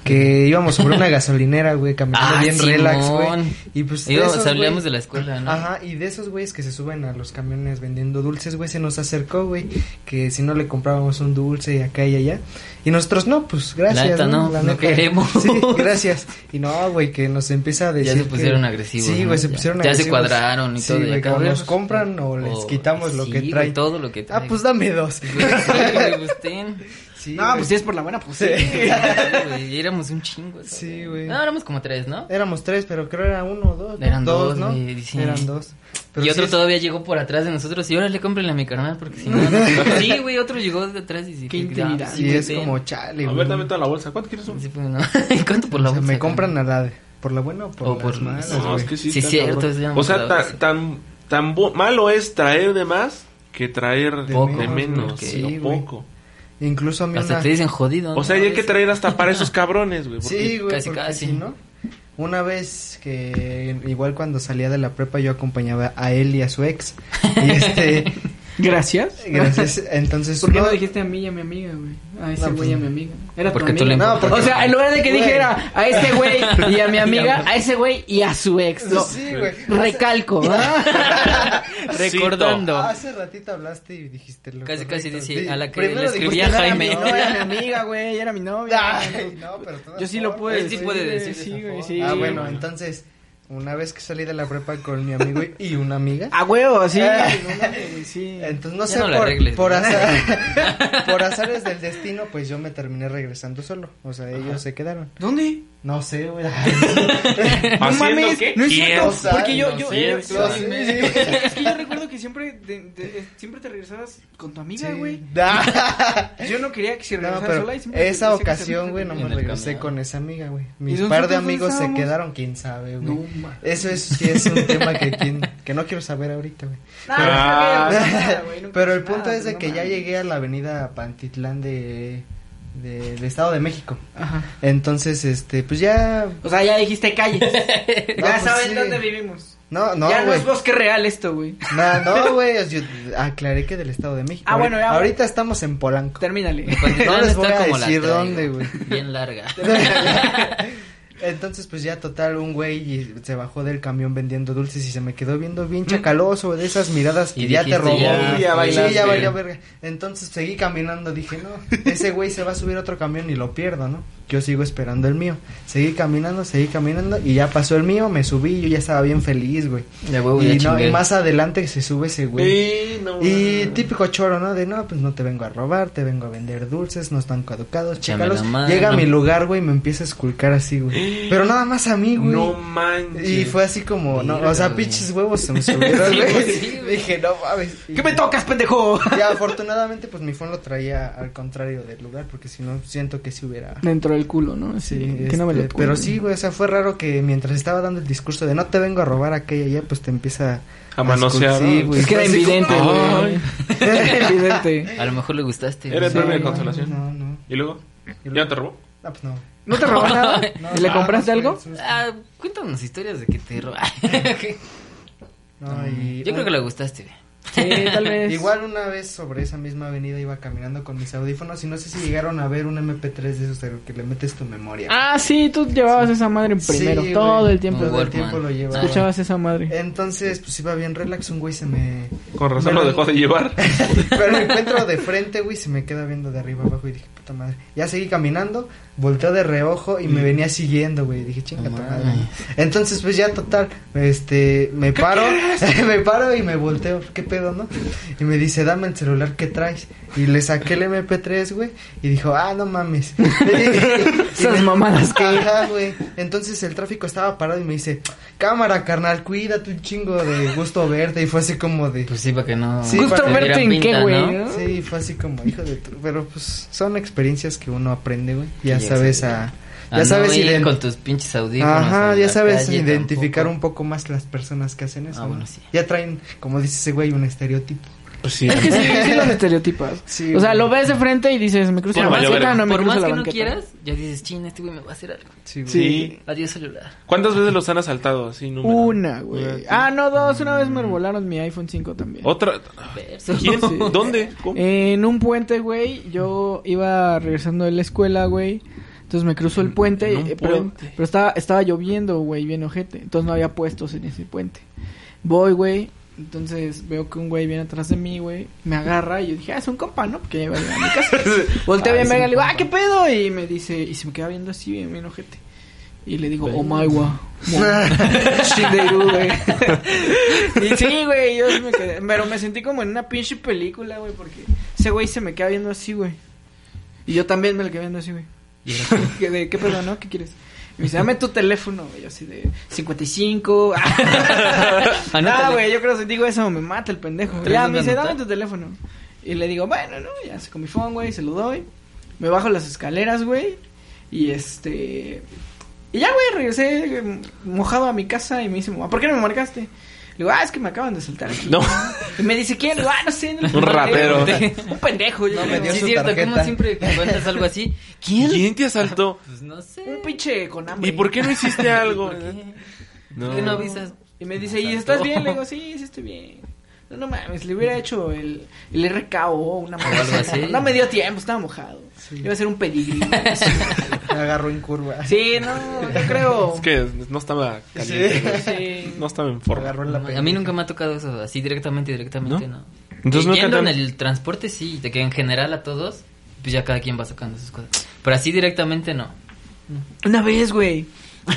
C: que íbamos sobre
D: (laughs)
C: una gasolinera, güey, caminando
D: Ah,
C: bien relax,
D: Simón.
C: güey. Y pues de
D: Digo,
C: esos,
D: salíamos
C: güey-
D: de la escuela, ¿no?
C: Ajá, y de esos güeyes que se suben a los camiones vendiendo dulces, güey, se nos acercó, güey, que si no le comprábamos un dulce y acá y allá. Y nosotros no, pues gracias.
D: neta, no, no queremos.
C: Sí, gracias. Y no, güey, que nos empieza a decir.
D: Ya se pusieron
C: que-
D: agresivos.
C: Sí,
D: ¿no?
C: güey, se
D: Ya.
C: pusieron
D: Ya
C: agresivos.
D: se cuadraron y
C: Sí,
D: todo. ya
C: güey, que o
D: cada uno-
C: nos compran o les quitamos lo
D: sí,
C: que
D: güey,
C: trae.
D: todo lo que trae.
C: Ah, pues dame dos.
D: Sí, güey, pues, ten.
C: (laughs) Sí,
A: no,
C: güey.
A: pues si es por la buena, pues sí.
D: Sí, güey, y éramos un chingo. eso,
C: Sí, güey.
D: No, éramos como tres, ¿no?
C: Éramos tres, pero creo era uno o dos. ¿no?
D: Eran dos,
C: ¿no?
D: güey, sí.
C: Eran dos. Pero
D: y
C: sí
D: otro
C: es-
D: todavía llegó por atrás de nosotros. Y ahora le cómprenle a mi carnal porque si no.
C: (laughs)
D: no- Sí, güey, otro llegó de atrás y sí.
A: Qué
D: ah,
A: intimidad.
D: sí,
C: Sí,
D: güey,
C: es
D: ten.
C: como chale,
B: A
C: güey.
B: ver, dame toda la bolsa. ¿Cuánto quieres? un-
D: Sí, pues, no. (laughs) ¿Cuánto por la
C: O sea, me
D: bolsa? carnal?
C: compran a la de- ¿Por la buena o por
D: O
C: las
D: por-
C: malas,
D: No,
C: güey?
D: es que- Sí,
B: está
D: cierto,
B: cabrón.
D: eso ya me
B: O sea,
D: acordaba
B: ta-
D: de eso.
B: tan, tan bu- malo es traer de más que traer de
D: Poco.
B: menos, de menos
D: Ok.
B: sí, o
C: güey.
B: poco.
C: Incluso a mí
D: Hasta
C: una...
D: te dicen jodido. ¿no?
B: O sea, y hay que traer hasta para esos cabrones, güey. porque-
C: Sí, güey,
D: Casi,
C: porque
D: casi.
C: si no... Una vez que, igual cuando salía de la prepa, yo acompañaba a él y a su ex. Y
D: (laughs)
C: este,
A: Gracias.
C: (laughs) gracias, entonces...
A: ¿Por qué no
C: no,
A: dijiste a mí y a mi amiga, güey? A ese
C: No,
A: güey y a
C: pues,
A: mi amiga. Era
D: porque
A: tu
D: tú le
A: amiga.
C: No, porque-
A: O sea, en lugar de que
C: Güey.
A: dijera a este güey y
D: (laughs)
A: a mi amiga, a ese güey y a su ex. Lo
C: Sí, güey.
A: recalco, ¿ah? Recordando.
C: Hace ratito hablaste y dijiste lo
D: Casi, casi
C: correcto.
D: dice,
C: Sí,
D: a la que
C: primero
D: le escribí a
C: dijiste, "No,
D: Jaime".
C: no,
A: No, era
C: no,
A: mi amiga, güey, era mi novia.
C: (laughs) Ay, no, pero todas
A: Yo sí lo
C: formas.
A: puedo
D: Él sí
A: decir.
D: puede
A: güey,
D: decir
A: Sí,
D: esa
A: güey,
D: forma.
A: sí.
C: Ah, bueno, entonces, una vez que salí de la prepa con mi amigo y- y una amiga...
A: A huevo, Ah, sí.
C: Eh.
A: No mames, güey, sí.
C: Entonces, no
D: Ya
C: sé,
D: no la
C: por,
D: arregles,
C: por,
D: güey.
A: (laughs)
C: azar- por azares del destino, pues yo me terminé regresando solo. O sea, ellos se quedaron.
A: ¿Dónde?
C: No sé, güey.
A: No
B: ¿Haciendo
A: mames,
B: qué?
A: no es
B: ¿Quién
A: cierto,
C: sabe?
A: porque yo,
D: No
A: yo, (laughs)
B: sé,
C: (laughs)
A: sí,
B: no
A: sí,
C: sé.
A: sí. es que yo recuerdo que siempre, te, te- siempre te regresabas con tu amiga,
C: (laughs)
A: güey. Yo no quería que se
C: No,
A: regresara
C: pero
A: sola y siempre quería
C: esa
A: que se
C: ocasión, güey, no
D: en
C: me
D: el
C: regresé
D: camión.
C: con esa amiga, güey. Mis
A: nosotros
C: par de
A: dónde
C: amigos se
A: estábamos?
C: quedaron, quién sabe,
A: No,
C: güey.
A: ma.
C: Eso es, sí
A: (laughs)
C: es un tema que, quién- que no quiero saber ahorita, güey.
A: Ah,
C: (laughs)
A: no, no, no, nada, güey, nunca
C: Pero el
A: pasó
C: punto
A: nada, pues,
C: es de
A: no
C: que ya
A: mames.
C: llegué a la avenida Pantitlán de, de- del Estado de México.
A: Ajá.
C: Entonces, este, pues ya...
A: O sea, ya dijiste calles. (laughs) ya
C: pues
A: saben
C: sí.
A: dónde vivimos.
C: No, no,
A: ya no
C: güey.
A: es bosque real esto, güey.
C: No, no, güey, yo aclaré que del Estado de México.
A: Ah, bueno, ya,
C: ahorita,
A: güey.
C: ahorita estamos en Polanco. (laughs)
A: Termínale.
D: Pantitlán
C: No les voy
D: está
C: a
D: como la
C: decir (laughs)
D: traigo,
C: dónde, güey.
D: Bien larga.
C: Entonces, pues ya total, un güey y se bajó del camión vendiendo dulces y se me quedó viendo bien chacaloso de esas miradas que
D: Y
C: ya te
D: dijiste,
C: robó.
D: ya,
C: güey.
B: ya
C: sí, ya
B: bailaste.
C: valió verga. Entonces seguí caminando, dije, no, ese güey se va a subir a otro camión y lo pierdo, ¿no? Yo sigo esperando el mío. Seguí caminando, seguí caminando y ya pasó el mío, me subí y yo ya estaba bien feliz, güey.
D: Ya huevo, ya
C: y, no,
D: chingué.
C: y más adelante se sube ese güey.
B: Sí, no,
C: Y
B: mames.
C: típico choro, ¿no? De no, pues no te vengo a robar, te vengo a vender dulces, no están caducados,
D: Échame la
C: chécalos.
D: mano.
C: Llega a mi lugar, güey, y me empieza a esculcar así,
D: (gasps)
C: güey. Pero nada más a mí, güey.
B: No manches.
C: y fue así como, no, o sea,
D: Mierda, güey.
C: pinches huevos se me subieron,
D: (laughs)
C: (laughs)
D: Sí,
C: güey.
D: pues, sí, güey.
C: Dije, no mames. Y-
A: ¿Qué me tocas, pendejo?
C: Y afortunadamente, pues mi phone lo traía al contrario del lugar, porque si no, siento que si hubiera.
A: Dentro del culo, ¿no? Sí,
C: Sí,
A: que no me
C: este,
A: lo
C: pero
A: cuenten.
C: sí, güey, o sea, fue raro que mientras estaba dando el discurso de no te vengo a robar acá y allá, pues te
D: (laughs)
C: empieza (laughs)
B: A manosear,
C: escul- pues, Sí,
B: ¿no?
C: güey.
A: Es que era
C: Fue así como-
A: invidente, güey. (laughs)
B: Ay.
A: Era invidente.
D: A lo mejor le gustaste.
B: Era el
D: güey.
B: premio de
C: no,
B: consolación.
C: No, no.
B: ¿Y luego?
C: Y
B: ¿Ya
C: luego-
B: te robó?
C: Ah, pues no.
A: ¿No te robó nada?
C: (laughs) No,
A: ¿Y le
C: no,
A: compraste
C: no,
A: algo?
C: sí, sí.
D: Ah, cuéntanos historias de que te roba.
C: No, y-
D: (laughs) Yo creo que le gustaste. güey.
A: Sí, tal vez.
C: Igual una vez sobre esa misma avenida iba caminando con mis audífonos y no sé si llegaron a ver un MP3 de esos de que le metes tu memoria.
A: Ah, sí, tú llevabas esa madre en primero.
C: Sí,
A: todo
C: güey,
A: el tiempo.
D: Un
C: Todo el
D: Walkman. Ah,
C: tiempo lo llevaba.
A: Escuchabas esa madre.
C: Entonces, pues iba bien relax, un güey se me...
B: Con razón
C: Me
B: lo dejó de llevar.
C: Pero me encuentro de frente, güey, se me queda viendo de arriba abajo y dije, puta madre. Ya seguí caminando, volteo de reojo y me venía siguiendo, güey. Dije, chinga tu madre.
D: mames.
C: Entonces, pues ya total, este, me paro, (laughs) me paro y me volteo. ¿Qué pedo, no? Y me dice, dame el celular que traes. Y le saqué el MP3, güey, y dijo, ah, no mames. (laughs)
A: Esas mamadas
C: que. Ajá, güey. Entonces el tráfico estaba parado y me dice, cámara, carnal, cuídate un chingo de gusto verte. Y fue así como de.
D: Pues sí, para que no.
C: Sí,
A: Gusto
C: para-
A: verte en qué, güey. ¿no?
C: Sí, fue así como hijo de tu... Pero pues son experiencias que uno aprende, güey. Ya
D: Sí,
C: sabes
D: sí.
C: a... Ya sabes ident-
D: con tus pinches audífonos.
C: Ajá,
D: en
C: ya
D: la
C: sabes
D: calle
C: identificar
D: tampoco.
C: un poco más las personas que hacen eso.
D: Ah,
C: ¿no?
D: bueno, sí.
C: Ya traen, como dice ese güey, un estereotipo.
B: Pues sí.
A: Es que sí, sí los estereotipas.
C: Sí,
A: o sea,
C: güey.
A: lo ves de frente y dices, me cruzo
B: Por
A: la
B: más que-
A: banqueta, no me
D: Por
A: cruzo
D: más
A: la
D: que no
A: banqueta.
D: quieras, ya dices, chin, este güey me va a hacer algo.
C: Sí, güey.
B: Sí.
D: Adiós, celular.
B: ¿Cuántas veces los han asaltado así? número?
A: Una, güey.
B: Una.
A: Ah, no, dos. Una vez me volaron mi iPhone 5 también.
B: ¿Otra?
D: Verso.
A: (laughs)
B: ¿Quién?
A: Sí. Eh,
B: ¿Dónde? ¿Cómo?
A: En un puente, güey, yo iba regresando de la escuela, güey. Entonces me cruzó el puente,
B: En un
A: eh, pero,
B: puente.
A: pero estaba, estaba lloviendo, güey, bien ojete. Entonces no había puestos en ese puente. Voy, güey. Entonces veo que un güey viene atrás de mí, güey. Me agarra y yo dije, ah, es un compa, ¿no? Porque ya iba a llegar a mi
D: (laughs)
A: casa. Volteo
D: Ah,
A: bien,
D: es
A: verga,
D: un
A: le digo, ah,
D: compa.
A: ¿qué pedo? Y me dice, y se me queda viendo así, bien, bien ojete. Y le digo, oh my
D: (laughs)
A: wa. Shinderu, güey. (laughs) y sí, güey, yo sí me quedé. Pero me sentí como en una pinche película, güey, porque ese güey se me queda viendo así, güey. Y yo también me lo quedé viendo así, güey. ¿Qué, (laughs) de, ¿Qué pedo, no? ¿Qué quieres? Y Me dice, dame tu teléfono, güey. Yo así de
D: (laughs)
A: (laughs) 55. ah,
D: Anótale.
A: güey, yo creo que si digo eso me mata el pendejo.
D: ¿Te
A: Ya,
D: lo
A: me dice,
D: anotar?
A: dame tu teléfono. Y le digo, bueno, no, ya saco mi phone, güey, se lo doy. Me bajo las escaleras, güey. Y este. Y ya, güey, regresé eh, mojado a mi casa y me dice, mamá, ¿por qué no me marcaste? Le digo, ah, es que me acaban de saltar aquí.
B: No.
A: Y me dice, ¿quién? Le digo, ah, no sé. no
B: Un
A: sé".
B: ratero.
A: (laughs) Un pendejo. yo
C: No, me
A: creo.
C: dio
D: Sí, es
C: su
D: cierto,
C: tarjeta.
D: como siempre que cuentas algo así.
C: (laughs)
D: ¿Quién?
B: ¿Quién te asaltó?
D: Pues no sé.
A: Un pinche con hambre.
B: ¿Y por qué
A: (laughs)
B: no hiciste algo? ¿eh?
D: ¿Por qué?
B: No.
D: ¿Por qué no avisas?
A: Y me dice, ¿y estás bien? Le digo, sí, sí estoy bien. No, no mames, le hubiera hecho el, el RKO, una madre
D: algo así.
A: No me dio tiempo, estaba mojado. Iba a ser un pedigrí.
C: Me (laughs) agarró en curva.
A: sí, no, yo creo.
B: Es que no estaba caliente. güey.
A: Sí.
B: No estaba en
C: Me
B: forma.
C: agarró en la
D: a mí nunca me ha tocado eso, así directamente, directamente,
B: ¿No?
D: no.
B: Entonces,
D: Entonces,
B: ¿nunca te han-
D: en el transporte sí, de que en general a todos, pues ya cada quien va sacando sus cosas. Pero así directamente no.
A: Una vez, güey.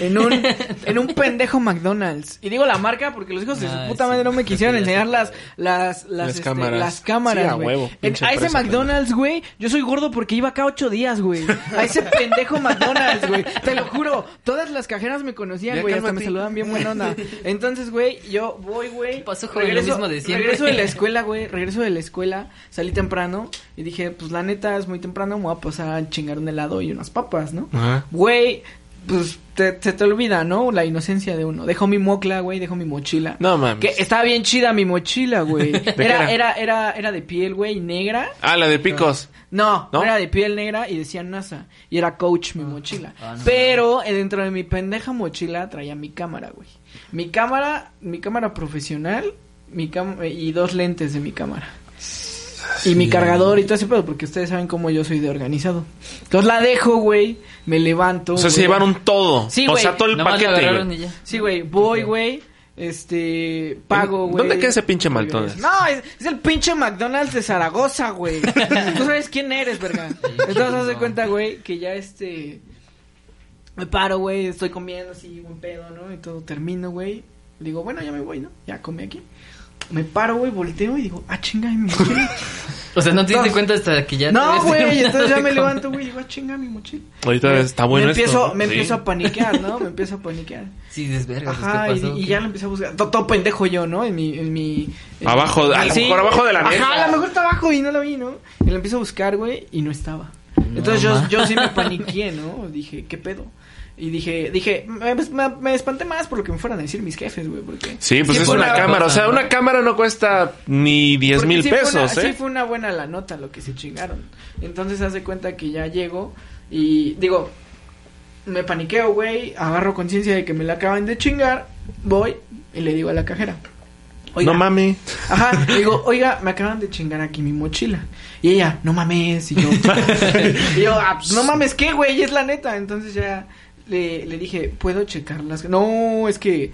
A: En
D: (laughs)
A: un, en un pendejo McDonald's. Y digo la marca porque los hijos de su
D: Ay,
A: puta
D: sí,
A: madre no me
D: creo que
A: quisieron
D: ya
A: enseñar
D: sé.
A: las, las, las,
B: Las
A: este,
B: cámaras.
A: las cámaras,
B: Sí, a
A: güey.
B: huevo,
A: En-
B: pinche
A: a ese
B: empresa,
A: McDonald's, güey, yo soy gordo porque iba acá ocho días, güey. A ese pendejo McDonald's, güey. Te lo juro. Todas las cajeras me conocían,
B: Ya
A: güey. Hasta me
B: cálmate.
A: saludaban bien buena onda. Entonces, güey, yo voy, güey.
D: ¿Qué pasó, joven? Lo mismo de siempre.
A: Regreso de la escuela, güey. Regreso de la escuela. Salí temprano y dije, pues la neta es muy temprano. Me voy a pasar a chingar un helado y unas papas, ¿no?
B: Ajá.
A: Güey, pues te, se te olvida, ¿no? La inocencia de uno. Dejo mi mocla, güey, dejo mi mochila.
B: No mames.
A: Que estaba bien chida mi mochila,
B: (laughs)
A: güey.
B: qué
A: Era, era,
B: era?
A: era, era de piel, güey, negra.
B: Ah, la de picos.
A: No,
B: ¿No?
A: era de piel negra y decía NASA. Y era coach mi mochila.
D: Ah, no.
A: Pero eh, dentro de mi pendeja mochila traía mi cámara, güey. Mi eh, cámara, mi cámara profesional mi cam- y dos lentes de mi cámara. y mi cargador y todo ese pedo, porque ustedes saben cómo yo soy de organizado. Entonces la dejo, güey, me levanto.
B: O sea, se
A: güey.
B: llevaron todo.
A: Sí,
B: o
A: güey.
B: sea, todo el
D: Nomás lo
B: paquete,
D: agarraron
B: güey.
D: y ya.
A: Sí, güey, voy, güey, este, pago, güey.
B: ¿Dónde queda ese pinche McDonald's?
A: No, es, es el pinche McDonald's de Zaragoza,
B: (laughs)
A: güey. Tú sabes quién eres, verga. Entonces, haz de cuenta, güey, que ya este... Me paro, güey, estoy comiendo así, buen pedo, ¿no? Y todo, termino, güey. Digo, bueno, ya me voy, ¿no? Ya comí aquí. Me paro, güey, volteo y digo, ah, chinga, mi mochila.
B: (laughs)
D: O sea, no te diste
A: No.
D: cuenta hasta que ya te
A: no,
D: habías
A: güey,
D: terminado
A: entonces ya
D: de
A: me
D: comer.
A: levanto, güey, y digo, ah, chinga, mi mochila.
B: Ahorita está bueno
A: me
B: esto,
A: empiezo,
B: ¿no?
A: Me
B: Sí.
A: empiezo a paniquear,
B: (laughs)
A: ¿no? Me empiezo a paniquear.
D: (laughs) Sí, desvergas,
A: Ajá,
D: ¿qué
A: y,
D: pasó?
A: y
D: ¿Qué?
A: ya lo empecé a buscar. Todo, todo pendejo yo, ¿no? En mi. En mi en-
B: Abajo, a lo mejor abajo de la mesa.
A: Ajá, a lo mejor está abajo y no la vi, ¿no? Y la empiezo a buscar, güey, y no estaba. Entonces
D: No,
A: yo,
D: ma.
A: yo sí me paniqué, ¿no? Dije, ¿qué pedo? Y dije, dije, me, me- me espanté más por lo que me fueran a decir mis jefes, güey, porque.
B: Sí, pues
A: Sí,
B: es
A: fue
B: una
A: una
B: cámara. O
D: cosa,
B: sea,
D: ¿no?
B: una cámara no cuesta ni 10
A: Porque
B: mil
A: sí fue
B: pesos,
A: una-
B: ¿eh?
A: Sí, fue una buena la nota lo que se chingaron. Entonces, haz de cuenta que ya llego y digo, me paniqueo, güey, agarro conciencia de que me la acaban de chingar, voy y le digo a la cajera.
B: No mames.
A: Ajá, le digo, oiga, me acaban de chingar aquí mi mochila. Y ella, no mames. Y yo, (laughs) y yo, "Ah, pues, no mames, ¿qué, güey? Es la neta. Entonces ya le, le dije, ¿puedo checarlas? No, es que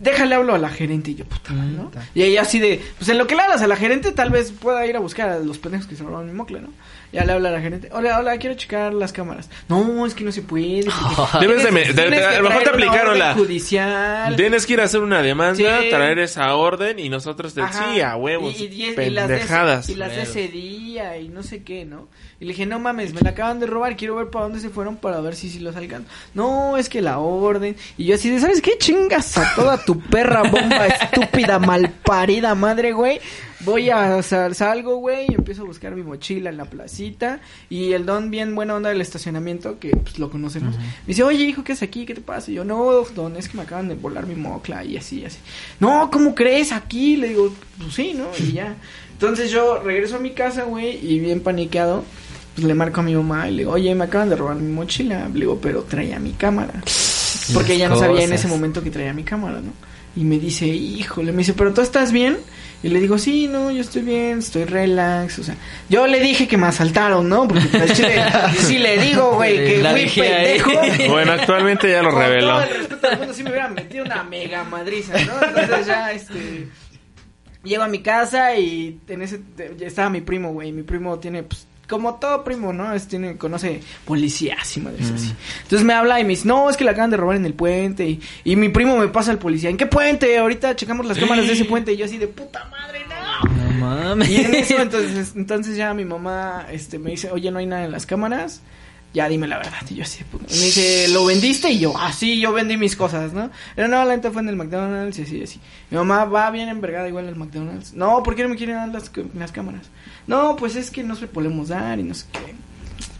A: déjale hablo a la gerente. Y yo, puta madre, ¿no?
C: Puta.
A: Y ella así de, pues en lo que le hablas a la gerente, tal vez pueda ir a buscar a los pendejos que se robaron mi mocle, ¿no? Ya le habla a la gerente, hola, hola, quiero checar las cámaras. No, es que no se puede.
B: (laughs)
A: porque
B: Debes de
A: tienes-
B: me- de-
A: tienes
B: de- a
A: que
B: lo mejor te
A: traer una
B: aplicaron
A: orden
B: la-
A: Judicial.
B: Tienes que ir a hacer una demanda,
A: Sí.
B: traer esa orden y nosotros te
A: Ajá.
B: sí, a huevos.
A: Y, y- y- y las de ese-
B: pendejadas.
A: (laughs) y las de ese día y no sé qué, ¿no? Y le dije, no mames, me la acaban de robar, quiero ver para dónde se fueron para ver si, si los alcanzo. No, es que la orden. Y yo así de, ¿sabes qué? Chingas a toda tu perra bomba estúpida, malparida madre, güey. Voy a sal- salgo, güey, y empiezo a buscar mi mochila en la placita. Y el don, bien buena onda del estacionamiento, que pues, lo conocemos, me dice, oye, hijo, ¿qué es aquí? ¿Qué te pasa? Y yo, no, don, es que me acaban de volar mi mocla y así, así. No, ¿cómo crees aquí? Le digo, pues sí, ¿no? Y ya. Entonces yo regreso a mi casa, güey, y bien paniqueado, pues le marco a mi mamá y le digo, oye, me acaban de robar mi mochila. Le digo, pero traía mi cámara. Porque
D: Las
A: ella no sabía en
D: cosas.
A: ese momento que traía mi cámara, ¿no? Y me dice, híjole, me dice, pero tú estás bien. Y le digo, sí, no, yo estoy bien, estoy relax, o sea, yo le dije que me asaltaron, ¿no? Porque pues, (laughs) chile, sí le digo, güey, que
D: (laughs) La ¿eh?
A: fui
D: dejé ahí.
A: pendejo.
D: (laughs)
B: Bueno, actualmente ya lo
A: Con
B: reveló.
A: todo el respeto del mundo, sí me hubiera metido una mega madriza, ¿no? Entonces ya, este. Llego a mi casa y en ese te- ya estaba mi primo, güey. Mi primo tiene, pues, como todo primo, ¿no? Es, tiene, conoce policías y madres
B: Mm.
A: así. Entonces me habla y me dice, no, es que la acaban de robar en el puente. Y, y mi primo me pasa al policía, ¿en qué puente? Ahorita checamos las cámaras de ese puente. Y yo así de puta madre, no.
D: No mames.
A: Y en eso, entonces, entonces ya mi mamá este, me dice, oye, no hay nada en las cámaras. Ya dime la verdad. Y yo así, de puta. Y me dice, ¿lo vendiste? Y yo, así, sí, yo vendí mis cosas, ¿no? Pero no, la neta fue en el McDonald's y así, y así. Mi mamá va bien envergada igual en el McDonald's. No, ¿por qué no me quieren dar las, c- las cámaras? No, pues es que no se podemos dar y no sé qué.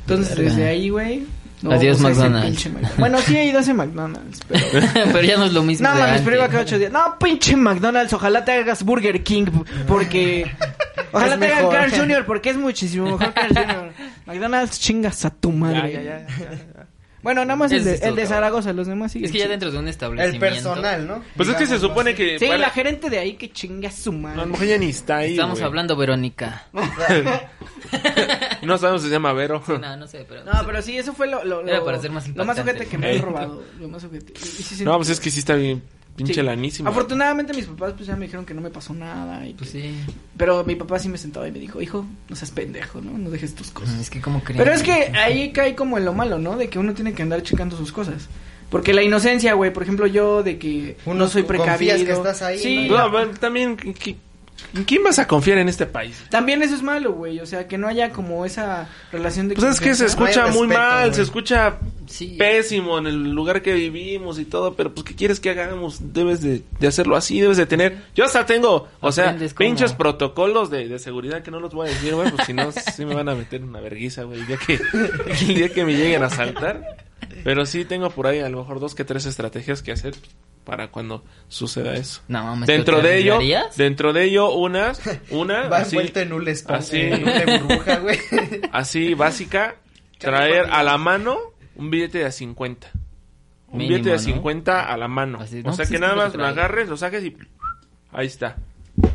A: Entonces,
D: Verga.
A: desde ahí, güey. no,
D: Pues, Adiós,
A: pues, a ese
D: McDonald's.
A: pinche McDonald's. Bueno, sí he ido a ese McDonald's, pero...
D: (laughs) (laughs) pero ya no es lo mismo.
A: No,
D: de
A: mames, pero iba
D: antes.
A: cada ocho días. No, pinche McDonald's, ojalá te hagas Burger King,
D: (laughs)
A: porque... Ojalá
C: Es
A: te hagan
C: mejor.
A: Carl Jr., porque es muchísimo mejor Carl
D: (laughs)
A: Jr. McDonald's, chingas a tu madre. Bueno, nada más el
D: Ese
A: de,
D: estuvo
A: el de
D: cabrón.
A: Zaragoza, los demás siguen.
D: Es que ya
A: chidos.
D: dentro de un
C: El
D: establecimiento.
C: personal, ¿no?
B: Pues es que se
C: Digamos, ¿no?
B: supone que.
A: Sí,
B: para-
A: la gerente de ahí que chinga a su
B: No, a lo
A: madre.
B: mejor ya ni está ahí.
D: Estamos
B: güey.
D: hablando, Verónica.
B: (laughs) No sabemos si se llama Vero.
D: No, no sé, pero.
A: No, pero sí, eso fue lo, lo, lo-
D: Era para ser más
A: lo más
D: impactante. Eh.
A: ojete que me han
B: Ey.
A: robado. Lo más ojete. Y- y sí sentí-
B: No, pues es que sí está bien. Pinche
A: sí.
B: lanísimo.
A: Afortunadamente mis papás pues ya me dijeron que no me pasó nada. Y
D: Pues
A: que-
D: sí.
A: Pero mi papá sí me sentaba y me dijo, hijo, no seas pendejo, ¿no? No dejes tus cosas.
D: Es que como creen.
A: Pero es que ahí cae como en lo malo, ¿no? De que uno tiene que andar checando sus cosas. Porque la inocencia, güey, por ejemplo, yo de que
C: Uno
A: no soy
C: confías
A: precavido.
C: que estás ahí,
A: Sí,
B: No, pero también. ¿qu- qu- ¿En quién vas a confiar en este país?
A: también eso es malo, güey. O sea, que no haya como esa relación de
B: Pues es que se
A: confianza.
B: escucha
C: hay
B: muy
C: respeto,
B: mal,
C: güey.
B: se escucha
D: Sí.
B: pésimo en el lugar que vivimos y todo, pero pues ¿qué quieres que hagamos? Debes de, de hacerlo así, debes de tener... Yo hasta tengo, o sea,
D: Aprendes cómo.
B: pinches protocolos de, de seguridad que no los voy a decir, güey, pues si no, sí me van a meter en una verguiza, güey, el día que, el día que me lleguen a saltar. Pero sí tengo por ahí a lo mejor dos que tres estrategias que hacer para cuando suceda eso.
D: No mames.
B: Dentro
D: ¿pero te
B: de ello,
D: arriesgarías?
B: dentro de ello, unas,
C: (laughs)
B: una,
C: Va
B: así-
C: envuelto en un espon-
B: así.
C: en una burbuja,
D: (laughs)
C: güey.
B: así básica, traer a la mano un billete de a 50. Un
D: Mínimo,
B: billete de a
D: ¿no?
B: 50 a la mano.
D: Así,
B: o
D: no,
B: sea
D: pues
B: que
D: es
B: nada
D: que lo
B: más lo
D: traigo.
B: agarres, lo saques y ahí está.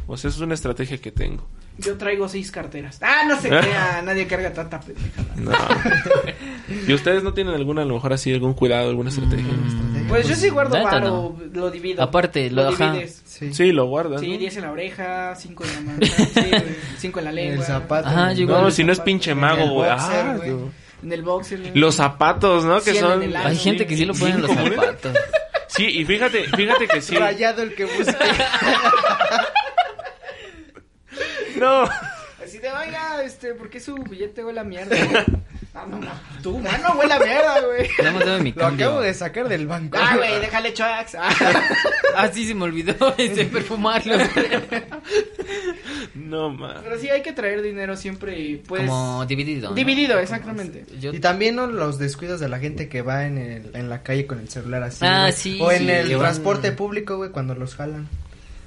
B: O sea, esa es una estrategia que tengo.
A: Yo traigo seis carteras. Ah, no sé qué, nadie carga tanta pendejada.
B: No. (laughs) ¿Y ustedes no tienen alguna, a lo mejor así, algún cuidado, alguna estrategia?
D: Mm.
C: Mm,
A: Pues yo sí guardo
D: neta,
A: varo, lo divido.
D: Aparte, lo- ajá.
A: divides.
C: Sí.
B: Sí, lo guardan.
A: Sí,
B: ¿no?
A: 10 en la oreja, 5 en la mano, (laughs) 5 en la lengua.
C: El zapato.
D: Ajá, yo
B: No,
D: igual.
B: si no es pinche mago,
C: En el
B: güey.
C: boxer,
B: Ah,
C: güey.
B: no.
A: En el boxer. güey.
B: Los zapatos, ¿no? Que
A: Sí, en
B: son.
A: el ano.
D: Hay gente que sí lo pone en los
B: Bien comunes.
D: zapatos.
B: Sí, y fíjate, fíjate que
D: (laughs)
B: sí.
C: Rayado el que busca.
B: No.
A: Así de, oiga, este, ¿por qué su billete huele a (laughs) mierda? güey?" Ah, no, no, tu mano huele a mierda, güey.
D: No me dame mi
C: Lo
D: cambio.
C: acabo de sacar del banco.
A: (laughs) Ah, güey, déjale chuax. Ah.
D: Ah, sí, se me olvidó (laughs) este, perfumarlo.
B: No, ma.
A: Pero sí, hay que traer dinero siempre, y, pues.
D: Como dividido. ¿no?
A: Dividido, exactamente.
D: Yo-
C: Y también ¿no? los descuidos de la gente que va en, el, en la calle con el celular así.
D: Ah,
C: güey.
D: sí,
C: O en
D: sí,
C: el
D: que van-
C: transporte público, güey, cuando los jalan.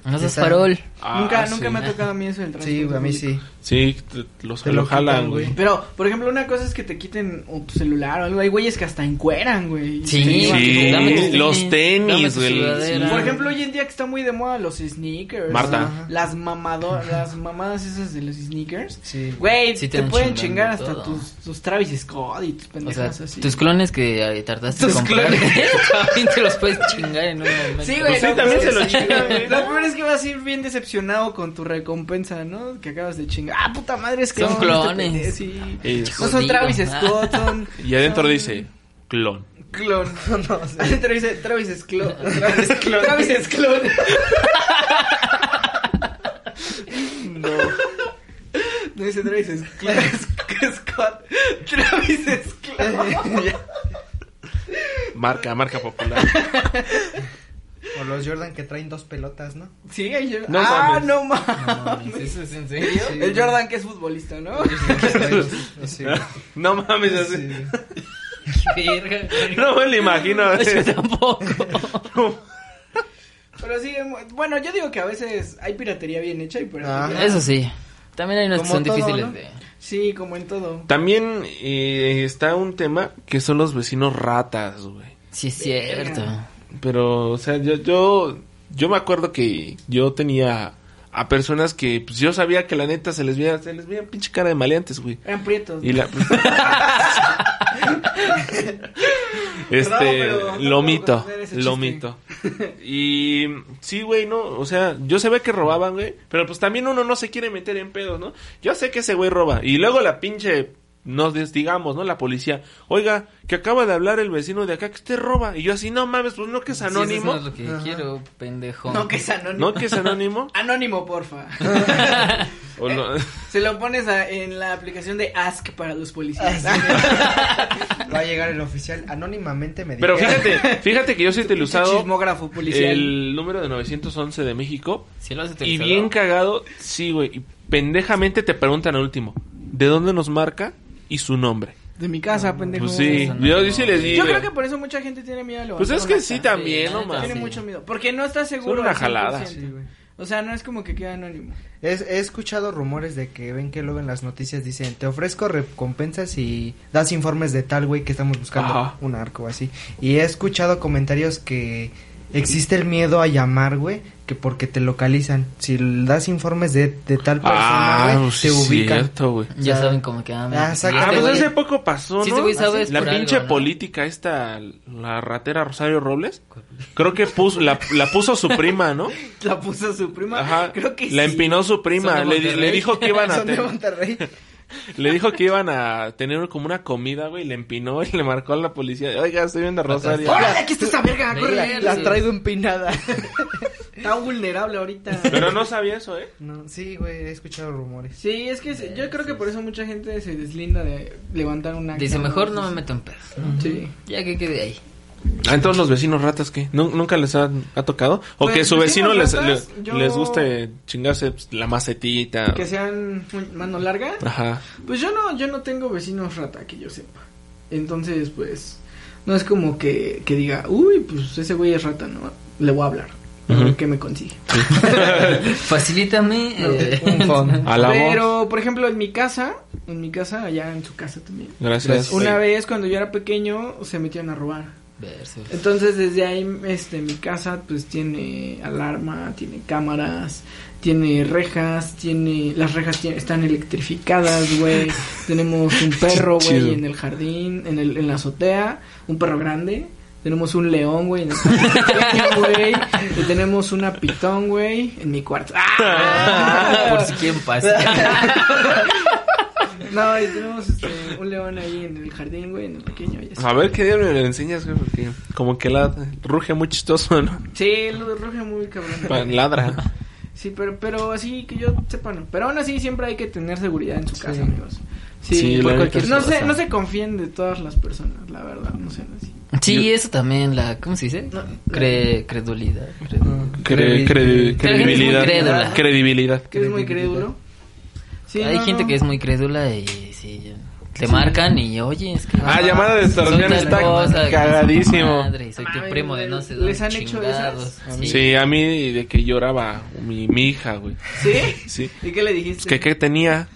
D: no seas
C: Esa-
D: farol.
B: Ah,
A: nunca,
B: sí.
A: nunca me ha tocado a mí eso del
C: Sí, güey, a mí
A: transporte
C: sí.
B: Sí, te- los
C: Te
B: lo
C: lo
B: jalan,
C: quitan,
B: güey.
C: güey.
A: Pero, por ejemplo, una cosa es que te quiten o tu celular o algo. Hay güeyes que hasta encueran, güey.
D: Sí,
A: Te llevan,
B: sí,
A: güey.
D: dame tu
B: los
D: tenis, dame
B: tenis,
D: tu
B: güey.
D: sudadera.
B: Sí.
A: Por ejemplo, hoy en día que está muy de moda los sneakers.
B: Marta.
A: Ajá. Las mamadoras, las mamadas esas de los sneakers.
C: Sí.
A: Güey,
D: Sí te
A: te,
D: andan
A: pueden
D: chingando
A: chingar hasta
D: todo.
A: tus, tus Travis Scott y tus
D: O sea,
A: pendejas así.
D: tus clones que eh, tardaste en
A: Tus
D: comprar.
A: clones.
D: (laughs) también te los puedes chingar en un momento.
A: Sí, güey.
B: Pues
D: (laughs)
B: sí,
A: lo
B: también
A: peor
B: se lo
A: es-
B: chingan, güey.
A: Lo peor es que vas a ir bien decepcionado con tu recompensa, ¿no? Que acabas de chingar. Ah, puta madre, es que
D: Son clones. Eh,
A: sí.
B: Es-
A: No son
D: Jodido.
A: Travis Scott, son.
B: (laughs) Y adentro
A: son
B: dice, clon.
A: Clon.
B: (laughs)
C: no sé.
A: Adentro dice Travis es clon. Travis es clon. Travis es clon.
B: No.
A: No dice Travis
B: (laughs)
A: es clon. Es- Scott. Travis es clon.
B: Marca, marca popular.
C: O los Jordan que traen dos pelotas, ¿no?
A: Sí, hay Jordan.
B: No
A: ah,
B: mames.
A: no mames.
D: ¿Eso es en serio?
C: Sí.
A: El Jordan que es futbolista, ¿no? (laughs)
C: Sí.
B: (laughs) No mames, así.
C: Sí.
D: Verga, güey.
B: No me lo imagino. (laughs)
D: (laughs) Yo tampoco.
A: Pero sí, em, bueno, yo digo que a veces hay piratería bien hecha y piratería.
C: Ajá.
D: Ah, Eso sí. También hay unos que
C: Como
D: son
C: todo,
D: difíciles
C: ¿no?
D: de.
A: Sí, como en todo.
B: También eh, está un tema que son los vecinos ratas, güey.
D: Sí, es cierto.
B: Pero, o sea, yo, yo, yo me acuerdo que yo tenía a personas que pues, yo sabía que la neta se les veía, se les veía pinche cara de maleantes, güey.
A: Eran prietos.
B: (laughs) Y la...
A: Perdón,
B: este,
A: pero no
B: lo
A: puedo
B: mito,
A: contener ese
B: lo
A: chiste.
B: mito. (laughs) Y sí, güey, no, o sea, yo se ve que robaban, güey, pero pues también uno no se quiere meter en pedos, ¿no? Yo sé que ese güey roba. Y luego la pinche, nos des- digamos, ¿no? La policía, oiga, que acaba de hablar el vecino de acá que usted roba. Y yo así, no mames, pues no que es
D: Sí, eso
B: anónimo.
D: no es lo que
C: Ajá.
D: quiero, pendejo.
A: No, que es anónimo.
B: No que es
A: (laughs)
B: anónimo.
A: Anónimo,
B: (laughs)
A: porfa.
B: O no-
A: Se lo pones a- en la aplicación de Ask para los policías. (laughs)
B: Ah, Este
C: Va a llegar el oficial anónimamente me
B: Pero
C: dijeron.
B: fíjate, fíjate que yo soy teluzado
A: Chismógrafo policial.
B: el número de 911 de México.
D: Si lo has
B: Y
D: utilizado.
B: bien cagado, sí, güey. Y pendejamente te preguntan al último, ¿de dónde nos marca? Y su nombre.
A: De mi casa, pendejo.
B: Pues sí,
D: eso no.
B: yo, yo sí les digo.
A: Yo creo que por eso mucha gente tiene miedo a lo
B: Pues es que sí también,
D: Sí,
B: no
D: la neta,
B: mames.
A: Tiene
D: sí.
A: mucho miedo. Porque no está seguro.
B: Son una
A: al 100%.
B: jalada.
C: Sí, güey.
A: O sea, no es como que queda anónimo. (laughs)
C: Es- he escuchado rumores de que ven que luego en las noticias dicen, te ofrezco recompensas y das informes de tal güey que estamos buscando
B: Ajá.
C: un arco así. Y he escuchado comentarios que existe el miedo a llamar, güey, que porque te localizan. Si das informes de, de tal persona,
B: Ah,
C: güey,
B: pues
C: te
B: sí,
C: ubican.
B: cierto, güey.
D: Ya
C: Ya.
D: saben cómo que. Ah,
C: Ah,
D: me-
C: exacto.
B: Ah, pues
D: este güey-
B: hace poco pasó,
D: Sí,
B: ¿no?
D: ese güey sabe es
B: la
D: por
B: pinche
D: algo, ¿no?
B: política esta, la ratera Rosario Robles, creo que puso, la, la puso su prima, ¿no?
A: La puso su prima.
B: Ajá.
A: Creo que
B: la
A: sí.
B: empinó su
D: Son
B: prima.
D: de
B: Le, di-
D: Monterrey.
B: le dijo que iban a
C: (laughs) Son de
B: tener,
C: Monterrey.
B: le dijo que iban a tener como una comida, güey. y Le empinó y le marcó a la policía. Oiga, estoy viendo a Rosario.
A: ¡Órale, aquí está esa verga!
D: Mira,
A: ¡Corre!
D: la- traigo
C: empinada.
A: (laughs) Está vulnerable ahorita.
B: Pero no sabía eso, ¿eh?
C: No, sí, güey, he escuchado rumores.
A: Sí, es que se- yo creo que por eso mucha gente se deslinda de levantar una...
D: Dice, mejor no me meto en pedos. ¿no?
A: Sí.
D: Ya que quede ahí.
B: Ah, entonces los vecinos ratas, ¿qué? ¿Nu- ¿Nunca les ha, ha tocado? ¿O
A: Pues,
B: que su
A: vecinos
B: vecino les,
A: ratas,
B: le-
A: yo-
B: les guste chingarse pues, la macetita?
A: Que sean mano larga.
B: Ajá.
A: Pues yo no, yo no tengo vecinos rata, que yo sepa. Entonces, pues, no es como que, que diga, uy, pues ese güey es rata, ¿no? Le voy a hablar. A ver
B: Ujú.
A: ¿Qué me consigue? (laughs)
D: Facilítame. eh,
C: Un
D: (laughs)
C: phone.
B: A la voz.
A: Pero, por ejemplo, en mi casa, en mi casa, allá en su casa también. Pues,
B: Gracias.
A: Una vez cuando yo era pequeño, se metieron a robar.
D: Versus.
A: Entonces desde ahí este mi casa pues tiene alarma, tiene cámaras, tiene rejas, tiene las rejas tie- están electrificadas,
B: (laughs)
A: güey. Tenemos un perro,
B: Chido.
A: güey, en el jardín, en el en la azotea, un perro grande. Tenemos un león, güey, en el jardín, güey. Y Tenemos una pitón, güey, en mi cuarto. ¡Ah!
B: (laughs)
D: Por si quieren
A: (laughs)
D: pasa.
A: No, y tenemos este, un león ahí en el jardín, güey, en el pequeño. ya sé.
B: A ver qué día me le enseñas, güey, porque como que la ruge muy chistoso, ¿no?
A: Sí, lo ruge muy cabrón. (laughs)
B: Pa- Ladra.
A: Sí, pero, pero así que yo sepa, no. Pero aún así siempre hay que tener seguridad en su casa, amigos. Sí,
B: Sí,
A: por
B: la
A: cualquier-
B: neta
A: no,
B: sí
A: se,
B: pasa.
A: no se confíen de todas las personas, la verdad, no sean así.
D: Sí, eso también, la. ¿Cómo se dice?
A: No.
D: Cre- credulidad.
B: (laughs)
D: credulidad.
B: Cre- cre-
D: La gente es muy
B: credibilidad.
D: crédula.
B: Credibilidad.
A: Que es muy crédulo. Sí,
D: Hay
A: no,
D: gente
A: no.
D: que es muy crédula y sí, ya. te marcan y oye, es que.
B: Ah, llamada de extorsión
D: Soy tu
B: está
D: esposa, que soy tu
B: cagadísimo.
D: Madre, soy tu
A: Mames,
D: primo de no sé dónde.
A: ¿les han hecho
D: chingados.
A: esas?
D: Sí.
B: Sí, a mí de que lloraba mi, mi hija, güey.
A: ¿Sí?
B: Sí.
A: ¿Y qué le
B: Pues
A: dijiste?
B: que qué (laughs) tenía,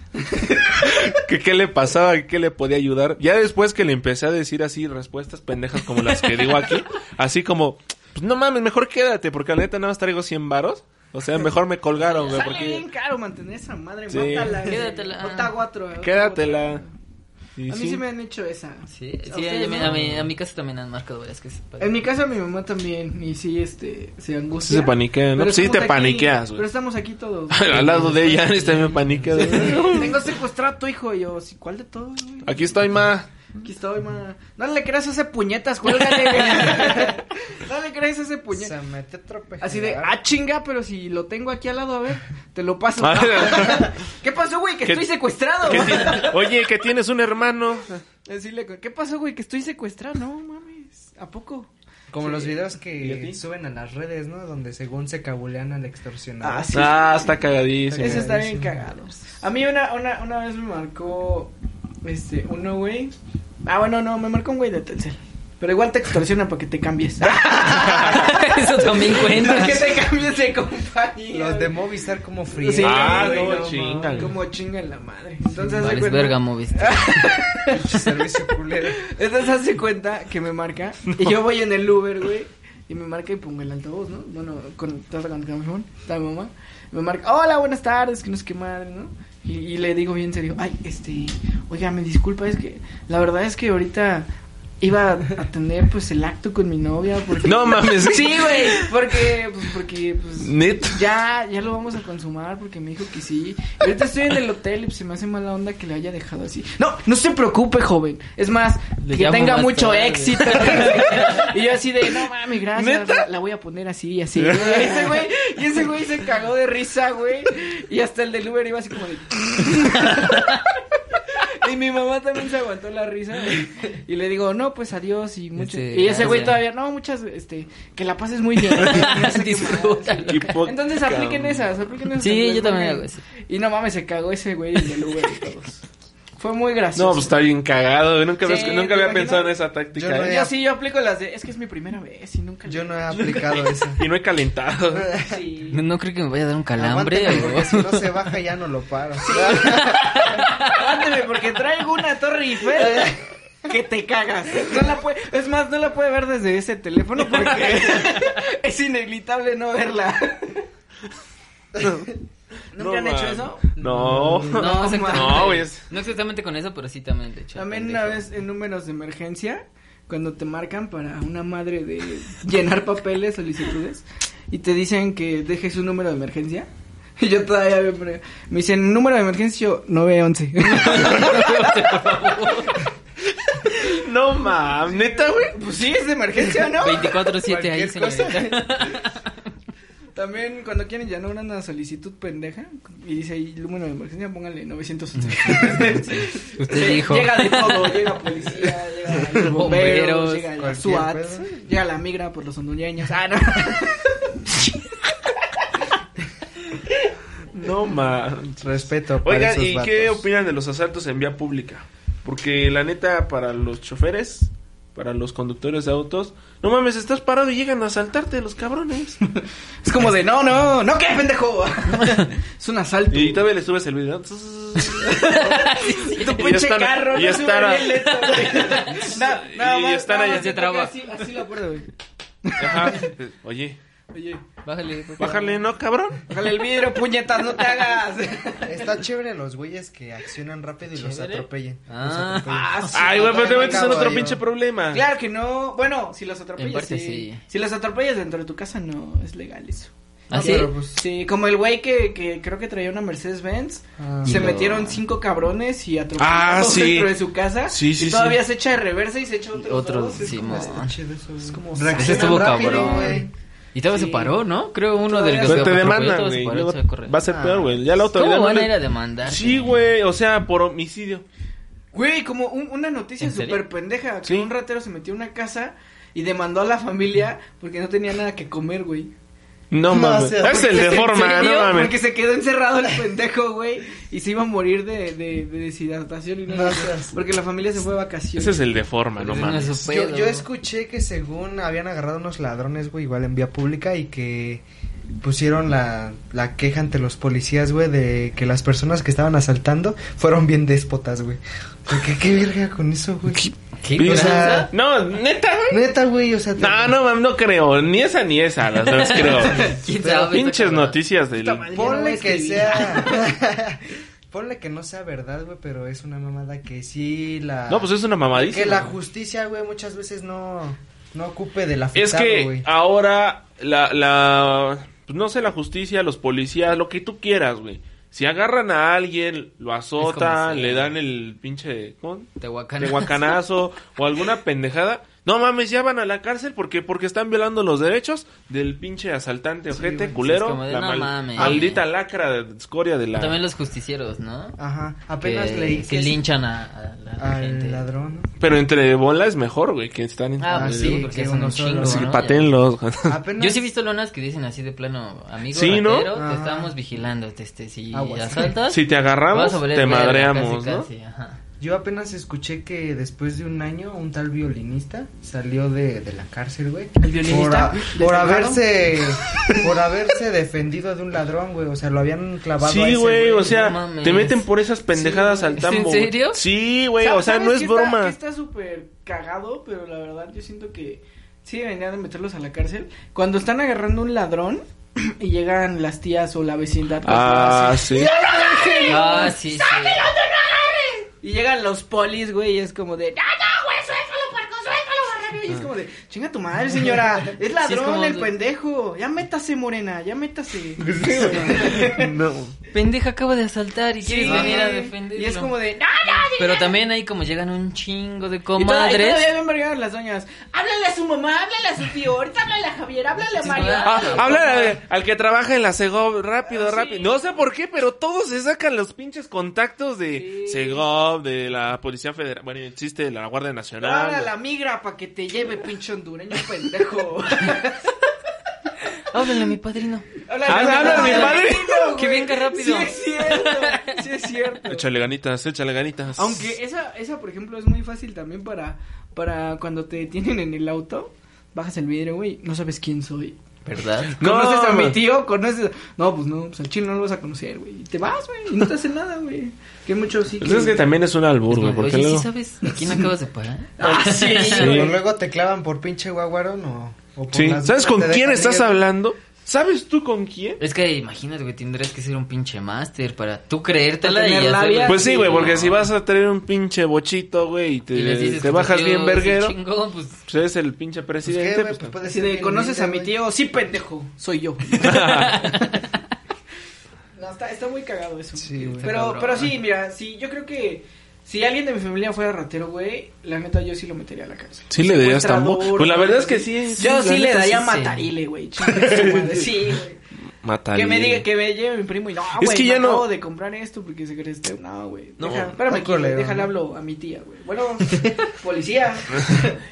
B: que qué le pasaba, que qué le podía ayudar. Ya después que le empecé a decir así respuestas pendejas como las que digo aquí, así como, pues no mames, mejor quédate, porque la neta nada más traigo 100 varos. O sea, mejor me colgaron, güey,
A: Sale bien
B: porque
A: caro mantener esa madre,
B: Sí.
A: mátala. güey.
D: Quédatela.
A: Bota cuatro. bota
B: quédatela.
A: cuatro.
B: Y
A: A mí
B: sí.
A: sí me han hecho esa.
D: Sí,
A: ¿A
D: sí,
A: ustedes
D: a, mí-
A: no?
D: a mí- a mi casa también han marcado varias que se
A: En mi casa mi mamá también, y sí, este, se angustia.
B: Sí se paniquea, ¿no?
A: Pero
B: Sí
A: estamos
B: te
A: aquí-
B: paniqueas, güey.
A: Pero estamos aquí
B: (laughs)
A: todos.
B: (laughs) Al lado de ella, este me paniquea. de-
A: Tengo secuestrado a tu hijo. Y yo, "Sí, ¿cuál de todos, güey?
B: Aquí estoy, ma.
A: Aquí estoy, ma. No le creas a ese puñetas, cuélgale, güey. No le creas a ese puñetas. Así de, ah, chinga, pero si lo tengo aquí al lado, a ver, te lo paso. (laughs) ¿Qué pasó, güey? Que
B: ¿Qué-
A: estoy secuestrado.
B: ¿Qué ti- Oye, que tienes un hermano.
A: (laughs) Decirle, ¿qué pasó, güey? Que estoy secuestrado. No, mames. ¿A poco?
C: Como
A: Sí.
C: los videos
B: ¿Y a ti?
C: que suben a las redes, ¿no? Donde según se cabulean al extorsionador.
A: Ah, sí.
B: Ah, está cagadísimo.
A: Eso está bien
C: sí.
A: cagado. A mí una, una, una vez me marcó este, uno, güey. Ah, bueno, no, me marcó un güey de Telcel. Pero igual te extorsiona para que te cambies.
D: (laughs) Eso también
A: (laughs) Para
D: cuenta.
A: que te cambies de compañía.
C: Los de
A: güey.
C: Movistar como frío.
A: Sí,
B: Ah,
A: güey,
B: no,
A: mames,
B: chingan.
A: Como chingan la madre. Entonces, hace
D: Vales
A: cuenta-
D: verga,
C: (laughs)
D: moviste.
C: Servicio culero.
A: Entonces hace cuenta que me
B: (laughs)
A: marca y yo voy en el Uber, güey, y me marca y pongo el altavoz, ¿no? Bueno, con trata con mi mamá, está mi mamá. Me marca, "Hola, buenas tardes, que no sé qué madre, ¿no?" Y, y le digo bien serio, "Ay, este, oiga, me disculpa, es que la verdad es que ahorita iba a tener pues el acto con mi novia porque
B: No mames.
A: (laughs) Sí, güey, porque pues porque pues
B: Neta.
A: ya, ya lo vamos a consumar porque me dijo que sí. Y Ahorita estoy en el hotel y pues, se me hace mala onda que le haya dejado así. No, no se preocupe, joven. Es más,
D: Le
A: que
D: llamo
A: tenga
D: más
A: mucho
D: tarde.
A: éxito. y yo así de, no mames, gracias. La, la voy a poner así y así. Y ese güey, y ese güey se cagó de risa, güey. Y hasta el del Uber iba así como de. (laughs) Y mi mamá también se aguantó la risa güey. y le digo, no, pues adiós y mucho.
D: Este,
A: y ese güey
D: gracias.
A: todavía, no, muchas, este, que la pases muy
D: (laughs)
A: bien.
D: Disfrútalo.
B: Qué poca
A: Entonces apliquen
B: madre.
A: esas, apliquen esas.
D: Sí,
A: las
D: yo también
A: marcas.
D: hago eso.
A: Y no mames, se cagó ese güey en el Uber
D: (laughs)
A: y todos. Fue muy gracioso.
B: No, pues está bien cagado. güey. Nunca,
A: Sí,
B: ves- nunca
A: ¿te
B: había
A: imaginas?
B: pensado en esa táctica.
C: Yo no
B: ¿eh?
A: Yo sí, yo aplico las de, es que es mi primera vez y nunca.
C: Yo no he aplicado esa.
B: Y no
A: (laughs)
B: he calentado.
A: Sí.
D: (laughs) No, no creo que me vaya a dar un calambre.
C: Aguántame,
D: o-
C: porque si
D: (laughs)
C: no se baja ya no lo paro.
A: Ándeme, porque traigo una torre Eiffel que te cagas. No la puede, es más, no la puede ver desde ese teléfono porque es inevitable no verla.
B: No,
A: ¿Nunca han hecho
B: man.
A: eso?
B: No.
D: No,
B: No,
D: exactamente.
B: güey, es-
D: No exactamente con eso, pero sí también, de hecho.
A: También
D: pendejo.
A: una vez en números de emergencia, cuando te marcan para una madre de (laughs) llenar papeles, solicitudes, y te dicen que dejes un número de emergencia. (laughs) Y yo todavía me, pre- me dicen, número de emergencia, yo, (laughs) 911.
B: (laughs) No mames. Neta, güey.
A: pues sí, es de emergencia, ¿no?
D: 24-7 ahí,
C: Cualquier cosa.
D: señorita.
A: (laughs) También cuando quieren llenar una solicitud pendeja, y dice ahí número de emergencia, póngale
B: (laughs)
A: 911.
D: Usted dijo.
A: Llega de todo, llega policía,
B: (laughs)
A: llega los bomberos,
D: Bomberos,
A: llega la
C: cualquier
A: SWAT,
C: pedo.
A: llega la migra por los hondureños. Ah, no.
B: No mames.
C: Respeto para
B: Oigan,
C: esos
B: ¿y qué
C: vatos.
B: opinan de los asaltos en vía pública? Porque la neta, para los choferes, para los conductores de autos. No mames, estás parado y llegan a asaltarte los
C: (laughs)
B: cabrones.
A: Es como de, no, no, no, qué
B: (laughs)
A: pendejo. es un asalto.
B: y todavía le subes el video.
A: tu
B: y
A: pinche
B: están-
A: carro.
B: y
A: no
B: están a-
A: sube bien lento,
B: (laughs)
A: güey. (laughs) Na-
B: Y
A: nada más,
B: están
A: nada
B: allá
A: más te toca
D: de trabajo.
A: Así, así la puerta, güey.
C: (laughs)
B: Ajá. Oye,
A: Oye,
D: Bájale. por favor.
B: bájale, ¿no, cabrón?
A: bájale el vidrio, puñetas, no te hagas.
C: Está chévere los güeyes que accionan rápido y los
D: ¿Chévere?
C: atropellen.
D: Ah.
C: Los atropellen.
A: Ah, sí.
B: Ay, güey, pues, pero te metes en otro
C: Caballo.
B: pinche problema.
A: Claro que no. Bueno, si los atropellas,
D: En parte,
A: sí.
D: sí.
A: Si los atropellas dentro de tu casa, no es legal eso.
D: ¿Ah,
C: No,
D: sí?
C: pero, pues,
A: Sí, como el güey que, que creo que traía una Mercedes Benz.
C: ah,
A: Se
D: No.
A: metieron cinco cabrones y atropellaron
B: Ah,
A: a todos
B: sí.
A: dentro de su casa.
B: Sí, sí,
A: y todavía
B: sí.
A: se echa de reversa y se echa otros.
D: Otros,
A: dos. Es
D: sí,
A: como-
D: mo.
C: está chido eso, güey.
A: como-
C: Reaccionan
D: Ese estuvo
C: rápido,
D: cabrón.
C: güey.
D: Y todavía
A: Sí.
D: se paró, ¿no? Creo uno
A: Todavía-
D: del que
A: Pero
B: Pero te
D: atropelló,
B: demandan,
D: todo se
B: güey.
D: paró,
B: luego
D: se va a correr.
B: Va a ser
C: Ah.
B: peor, güey. Ya la autoridad.
D: ¿Cómo
B: no
D: van
B: le-
D: a ir a demandar?
B: Sí, güey. O sea, por homicidio.
A: Güey, como un- una noticia
D: ¿En serio?
A: súper pendeja. Que
B: Sí.
A: un ratero se metió a una casa y demandó a la familia porque no tenía nada que comer, güey.
B: No,
C: No,
B: mames.
C: o sea,
B: es
A: (laughs)
B: el
A: Se-
B: de
A: se
B: forma,
A: metió
B: no
A: Porque
B: mames.
A: se quedó encerrado el pendejo, güey. Y se iba a morir de, de, de deshidratación y no,
C: No
A: nada.
C: seas-
A: Porque la familia se fue de vacaciones.
B: Ese es el de forma, no
D: Es una
B: mames.
D: su
C: Yo,
D: pedo.
C: yo escuché que según habían agarrado unos ladrones, güey, igual en vía pública y que pusieron la, la queja ante los policías, güey, de que las personas que estaban asaltando fueron bien déspotas, güey. O sea, ¿Qué, qué verga con eso, güey?
D: ¿Qué?
B: Pisa.
C: O sea,
B: No, neta, güey.
C: neta, güey, o sea... te-
B: No, no mames, no creo. Ni esa ni esa, las
D: (laughs)
B: dos creo.
D: (laughs) ¿Quién
C: Pero
D: sabe?
B: Pinches noticias del.
A: Puta madre. Ya no voy a
C: Ponle que
A: escribir.
B: (laughs)
C: sea... (laughs) ponle que no sea verdad, güey, pero es una mamada que sí la...
B: No, pues es una mamadísima.
C: Que la
B: güey.
C: justicia, güey, muchas veces no, no ocupe del
B: Es
C: afectado,
B: que
C: güey.
B: ahora la, la, pues, no sé, la justicia, los policías, lo que tú quieras, güey. Si agarran a alguien, lo azotan,
D: si-
B: le dan el pinche ¿cómo?
D: Tehuacán.
B: tehuacanazo o alguna pendejada, no mames, ya van a la cárcel porque porque están violando los derechos del pinche asaltante, ojete,
C: güey,
B: culero,
D: es como de,
B: la
D: no
B: mal-
D: mames.
B: maldita lacra de escoria de la
D: (laughs) También los justicieros, ¿no?
C: Ajá, Ah, apenas
D: que,
C: leí
D: que
C: es-
D: linchan a, a la, a la gente.
C: al ladrón.
B: Pero entre bola es mejor, güey, que están en
D: Ah,
C: Ah,
D: pues
C: sí,
D: sí, porque
C: que
D: son
C: uno
D: un
C: solo,
D: chingo,
C: ¿no?
B: Sí,
D: ¿no?
B: paténlos.
C: Apenas...
D: Yo sí he visto lonas que dicen así de plano, amigo
B: Sí, ¿no?
D: ratero, te
C: Ajá.
D: estamos vigilando, te- este, si
C: Aguas.
D: asaltas,
B: Si te
D: vas a
B: agarramos,
D: valer
B: te
D: verga,
B: madreamos,
D: casi,
B: ¿no?
D: casi, ajá.
C: Yo apenas escuché que después de un año un tal violinista salió de, de la cárcel, güey.
A: ¿El violinista?
C: Por, a-
A: ¿Le
C: por
A: cerraron?
C: haberse por haberse defendido de un ladrón, güey. O sea, lo habían clavado a
B: Sí,
C: ese
B: güey, o
D: güey,
C: (laughs)
B: sea,
D: no mames.
B: te meten por esas pendejadas
C: Sí,
B: al tambo.
D: ¿En
B: güey.
D: serio?
B: Sí, güey, o sea,
A: ¿Sabes
B: no
A: qué
B: es
A: está- qué
B: broma.
A: Está súper cagado, pero la verdad yo siento que sí deberían de meterlos a la cárcel. Cuando están agarrando un ladrón (clears throat) y llegan las tías o la vecindad. pues,
B: Ah,
A: así,
B: sí.
D: Ah, sí, sí.
A: Y llegan los polis, güey, y es como de... ¡No, no, güey! ¡Suéltalo, puerco! ¡Suéltalo, barrero! Y es como de... ¡Chinga tu madre, señora! ¡Es ladrón
D: como-
A: el pendejo! ¡Ya métase, morena! ¡Ya métase!
B: No.
D: Pendeja acaba de asaltar y quieres
A: güey.
D: venir a defenderlo.
A: Y es como de... ¡No, no!
D: Pero también ahí como llegan un chingo de
A: Y toda- y
D: comadres.
A: todavía bien vergadas las doñas. Háblale a su mamá, háblale a su tío, ahorita háblale a Javier, háblale a
D: Sí,
A: Mario.
D: ¿verdad?
B: Ah, háblale al, al que trabaja en la Segov, rápido, rápido. No sé por qué, pero todos se sacan los pinches contactos de
A: Sí.
B: Segov, de la Policía Federal. Bueno, existe la Guardia Nacional.
A: Ahora la migra para que te lleve, pinche hondureño pendejo. (laughs)
D: Háblenle a mi padrino.
A: Háblale
B: Ah,
A: a
B: háblale a mi padre.
A: güey.
D: Que venga rápido.
A: Sí es cierto, sí es cierto.
B: Échale ganitas, échale ganitas.
A: Aunque esa, esa, por ejemplo, es muy fácil también para, para cuando te detienen en el auto, bajas el vidrio, güey, no sabes quién soy.
D: ¿Verdad?
B: No,
A: ¿Conoces a mi
B: güey.
A: tío? ¿Conoces? No, pues no, pues al chino no lo vas a conocer, güey. Y te vas, güey, y no te hace nada, güey. Que mucho sí
B: Pues es que también es un albur, güey, porque
D: Oye,
B: luego-
D: ¿sí sabes a quién acabas de parar?
A: Ah, sí.
C: güey.
B: Sí.
C: O luego te clavan por pinche guaguarón o, o por
B: Sí.
C: las-
B: ¿Sabes con
C: te dejan
B: quién estás
C: libre.
B: hablando? ¿Sabes tú con quién?
D: Es que imagínate, güey, tendrías que ser un pinche máster para tú creértela
A: Para
D: y
A: tener
D: hacerlo.
A: labia.
B: Pues sí, güey, porque
D: No.
B: si vas a traer un pinche bochito, güey, y te,
D: Y les dices
B: te
D: que
B: bajas
D: tu tío
B: bien verguero,
D: es un chingón, pues,
B: pues eres el pinche
C: Pues, ¿qué,
B: presidente.
C: güey?
B: pues,
C: Pues puede
A: Así
C: ser
A: de,
C: bien
A: ¿conoces
C: humilde,
A: a mi
C: güey.
A: tío? Sí, pendejo, soy yo. no, está, está muy cagado eso.
C: Sí, güey.
A: pero,
D: Cabrón.
A: pero sí, mira, sí, yo creo que si alguien de mi familia fuera ratero, güey, la neta yo sí lo metería a la cárcel.
B: Sí le darías
A: Secuestrador,
B: tambor. Pues la verdad es que
A: güey,
B: sí.
A: Yo
B: la
A: sí le
B: neta
A: daría
D: sí, sí.
A: matarile, güey. chinga
B: (laughs)
A: su madre, Sí, güey.
B: Mataría.
A: Que me diga, que me lleve mi primo y no,
B: Es
A: güey,
B: que
A: me
B: ya no-
A: acabo de comprar esto porque se crece. No, güey.
B: No.
A: Deja- espérame, aquí,
C: Poco le va.
A: déjale hablo a mi tía, güey.
B: (laughs)
A: Bueno, policía.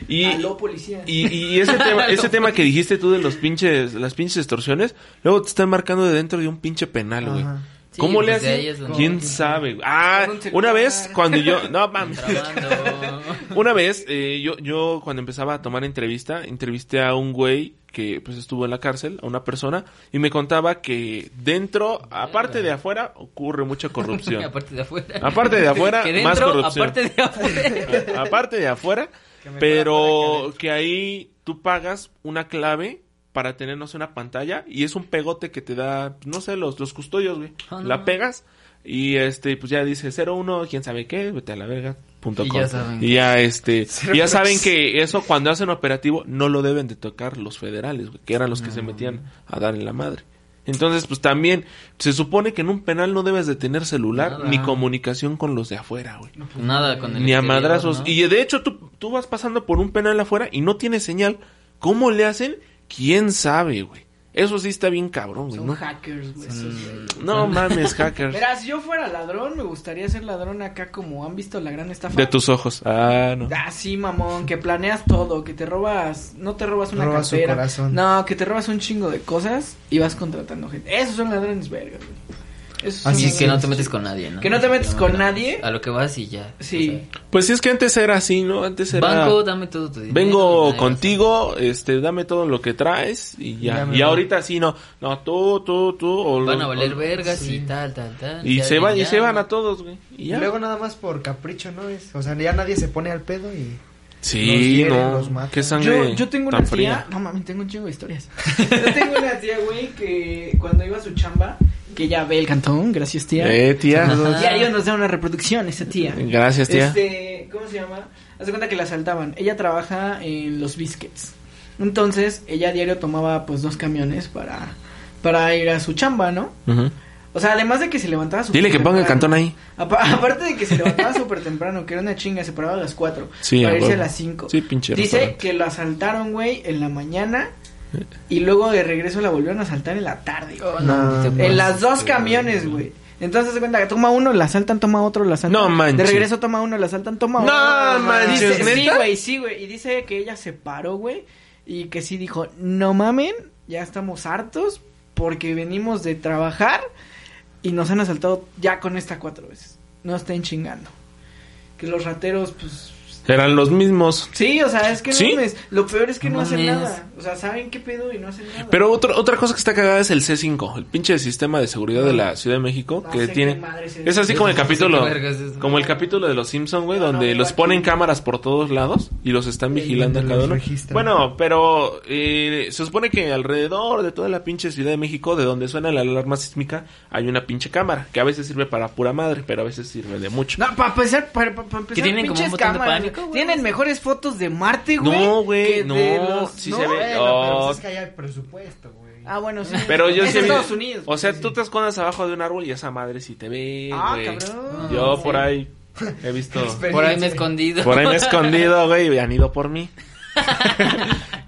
B: Y,
A: Aló, policía.
B: y, y ese tema, ese tema que dijiste tú de los pinches, las pinches extorsiones, luego te están marcando de dentro de un pinche penal, güey.
C: Ajá.
D: Sí,
B: ¿Cómo le
D: pues de
B: hacen?
D: ahí es donde-
B: ¿Quién sabe? Ah,
A: Con un celular.
B: una vez cuando yo...
D: (laughs)
B: No, mames.
D: Contrabando.
B: Una vez, eh, yo, yo cuando empezaba a tomar entrevista, entrevisté a un güey que pues estuvo en la cárcel, a una persona, y me contaba que dentro, aparte de afuera, ocurre mucha corrupción.
D: (laughs) aparte de afuera.
B: Aparte de afuera,
D: Que
B: más
D: dentro,
B: corrupción.
D: Aparte de afuera.
B: A- (laughs) aparte de afuera,
C: Que me fuera
B: pero que ahí tú pagas una clave para tener, no sé, una pantalla y es un pegote que te da, no sé, los, los custodios, güey.
D: Ah, no.
B: La pegas y este, pues ya dice 01, quién sabe qué, vete a la verga. Punto
D: Y
B: com.
D: ya saben.
B: Y ya,
D: (laughs)
B: este, y ya
C: Cerebros.
B: saben que eso cuando hacen operativo no lo deben de tocar los federales, güey, que eran los que
D: Ah.
B: se metían a dar en la madre. Entonces, pues también se supone que en un penal no debes de tener celular
D: Nada.
B: ni comunicación con los de afuera, güey.
A: pues,
D: Nada con el
B: Ni a
D: exterior,
B: madrazos.
D: ¿no?
B: Y de hecho, tú, tú vas pasando por un penal afuera y no tienes señal. ¿Cómo le hacen? ¿Quién sabe, güey? Eso sí está bien cabrón, güey.
A: Son
B: No,
A: hackers, güey. esos, güey.
C: (laughs)
B: No mames, hackers.
A: Verás, si yo fuera ladrón, me gustaría ser ladrón acá como han visto la gran estafa.
B: De tus ojos. Ah, no.
A: Ah, sí, mamón, que planeas todo, que te robas, no te robas una
C: Robas su
A: cartera.
C: corazón.
A: No, que te robas un chingo de cosas y vas contratando gente. Esos son ladrones vergas, güey. Esos son
C: Así
D: Así
A: ladrones.
D: que no te metes con nadie, ¿no?
A: Que no te metes
D: No,
A: con
D: no.
A: nadie.
D: A lo que vas y ya.
A: Sí.
B: Pues sí, es que antes era así, ¿no? Antes era.
D: Banco, dame todo tu dinero.
B: Vengo
D: Nadie
B: contigo, este, dame todo lo que traes y
C: Ya
B: ya.
C: me
B: Y
C: voy.
B: ahorita sí, no. No, tú, tú, tú. o
D: va a- Van
B: lo-
D: a valer
B: o-
D: vergas
C: sí.
D: y tal, tal, tal.
B: Y
D: Ya
B: se van, y
D: ya,
B: se van
D: ¿no?
B: a todos, güey. Y
C: Y
B: ya.
C: luego nada más por capricho, ¿no? es O sea, ya nadie se pone al pedo y... los
B: Sí,
C: hieren, los
B: no.
C: matan.
B: Qué sangre.
A: Yo, yo tengo
B: tan
A: una tía,
B: fría.
A: no mames, tengo un chingo de historias. (laughs) Yo tengo una tía, güey, que cuando iba a su chamba, que ya ve el cantón, gracias tía.
B: Eh, tía.
D: Saludos.
A: Y a ellos nos da una reproducción esa tía.
B: Gracias, tía.
A: Este, ¿cómo se llama? Haz de cuenta que la asaltaban. Ella trabaja en los biscuits. Entonces, ella a diario tomaba pues dos camiones para para ir a su chamba, ¿no?
B: Ujú.
A: O sea, además de que se levantaba súper
B: Dile que ponga el cantón
A: temprano.
B: ahí.
A: Apa- (laughs) aparte de que se levantaba súper temprano, que era una chinga, se paraba a las 4
B: Sí,
A: para
B: a
A: irse a
B: huevo.
A: las 5.
B: Sí, pinche
A: Dice
B: restaurante. Eh.
A: que lo asaltaron, güey, en la mañana y luego de regreso la volvieron a asaltar en la tarde. güey.
C: No,
D: te
A: Ah. En
D: pases.
A: las dos camiones, güey. Entonces se cuenta que toma uno, la asaltan, toma otro, la asaltan.
B: No manches.
A: De regreso toma uno, la asaltan, toma
B: No
A: otro.
B: manches,
A: Dice- Sí,
B: ¿neta?
A: güey, sí, güey. Y dice que ella se paró, güey. Y que sí dijo, no mamen, ya estamos hartos porque venimos de trabajar y nos han asaltado ya con esta cuatro veces. No estén chingando. Que los rateros, pues...
B: Eran los mismos.
A: Sí, o sea, es que no
B: ¿Sí?
A: mames, Lo peor es que no,
D: No
A: hacen
D: mames.
A: nada. O sea, saben qué pedo y no hacen nada.
B: Pero otro- otra cosa que está cagada es el C5, el pinche sistema de seguridad de la Ciudad de México
A: Ah. No
B: que
A: sé
B: tiene...
A: qué madre es eso.
B: es así como el
D: No sé qué
B: capítulo...
D: verga es eso.
B: Como el capítulo de los Simpson, güey,
A: No, no,
B: donde
A: no,
B: los
A: aquí.
B: ponen cámaras por todos lados y los están
C: Y
B: vigilando
C: donde
B: cada
C: los
B: uno.
C: registran.
B: Bueno, pero eh, se supone que alrededor de toda la pinche Ciudad de México, de donde suena la alarma sísmica, hay una pinche cámara, que a veces sirve para pura madre, pero a veces sirve de mucho.
A: No, para empezar, para, para, empezar,
D: Que tienen como
A: pinches
D: un botón de
A: cámaras,
D: pánico,
A: güey.
D: güey.
A: Tienen mejores fotos de Marte, güey.
B: No, güey,
A: que de
B: no, sí se ve.
C: Bueno,
B: Oh.
C: pero pues es que allá hay presupuesto, güey.
A: Ah, bueno, sí.
B: Pero yo
A: es
B: sí he
A: Estados
B: visto-
A: Unidos.
B: O sea,
A: güey.
B: tú te escondes abajo de un árbol y esa madre sí te ve.
A: Ah,
B: güey.
A: cabrón.
B: Yo
A: Sí.
B: por ahí
A: (laughs)
B: he visto.
D: Por ahí me he escondido.
B: por ahí me he escondido, güey, y han ido
A: (laughs)
B: por mí.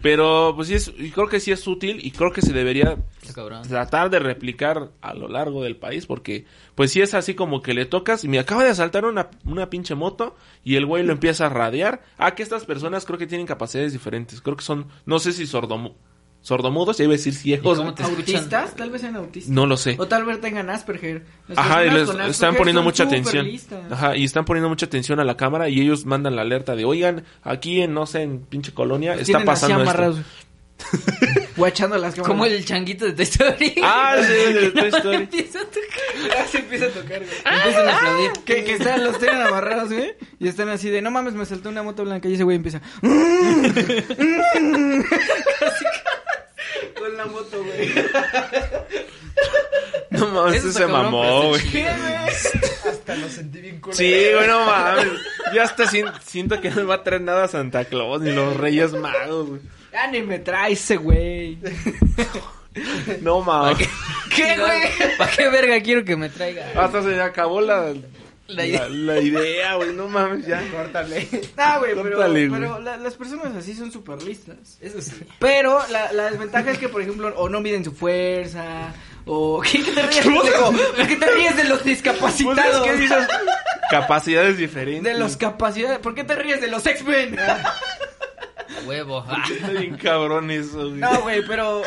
B: Pero pues sí es, y creo que sí es útil y creo que se debería
D: (laughs) Está cabrón.
B: tratar de replicar a lo largo del país porque pues sí es así como que le tocas y me acaba de asaltar una, una pinche moto y el güey lo empieza a radiar. Ah, que estas personas creo que tienen capacidades diferentes. Creo que son, no sé si sordomu sordomudos, ya iba a decir
D: ¿Y
B: ciegos.
D: cómo te escuchan?
A: ¿Autistas? Tal vez sean autistas.
B: No lo sé.
A: O tal vez tengan Asperger. Las
B: Ajá,
A: personas
B: y les
A: con Asperger
B: están poniendo
A: son
B: mucha
A: súper
B: atención.
A: listas.
B: Ajá, y están poniendo mucha atención a la cámara y ellos mandan la alerta de, oigan, aquí en, no sé, en pinche colonia está
A: Pues Tienen así
B: pasando
A: amarrados.
B: esto.
A: Guachando las cámaras.
D: Como el changuito de Toy Story.
B: (laughs) Ah, sí, de Toy Story.
D: (laughs) Empieza a tocar.
A: se Ah, empieza a tocar, güey. Ah.
D: Empiezan a aplaudir.
A: Que, que están, los tienen amarrados, güey. Y están así de, no mames, me saltó una moto blanca. Y ese güey empieza. Con la moto, güey.
B: (laughs) No mames,
D: Eso
B: ese se
D: está cabrón, pero
B: mamó,
D: está
A: pues,
B: güey.
C: Hasta lo sentí bien
B: (laughs)
C: culero.
B: Sí, güey, no mames. Yo hasta sien- siento que no va a traer nada a Santa Claus ni los Reyes Magos, güey.
A: Ya ni me trae ese güey.
B: No mames.
A: ¿Qué, (laughs) güey?
D: ¿Para qué verga quiero que me traiga?
B: Hasta se acabó la,
D: La
B: la,
D: idea.
B: la idea, güey. No mames, ya.
C: Córtale.
A: No, Ah, güey, pero,
B: Córtale, güey.
A: pero la- las personas así son súper listas.
D: Eso sí.
A: Pero la, la desventaja es que, por ejemplo, o no miden su fuerza, o... (laughs) ¿Qué, qué te ríes, pendejo? ¿Por qué te ríes de los
B: Pues es
A: discapacitados?
B: que dices capacidades diferentes.
A: De
B: (laughs)
A: los capacidades... ¿Por qué te ríes de los X-Men?
D: Huevo. Ah.
B: Está bien cabrón eso, güey. (laughs)
A: No, güey, pero...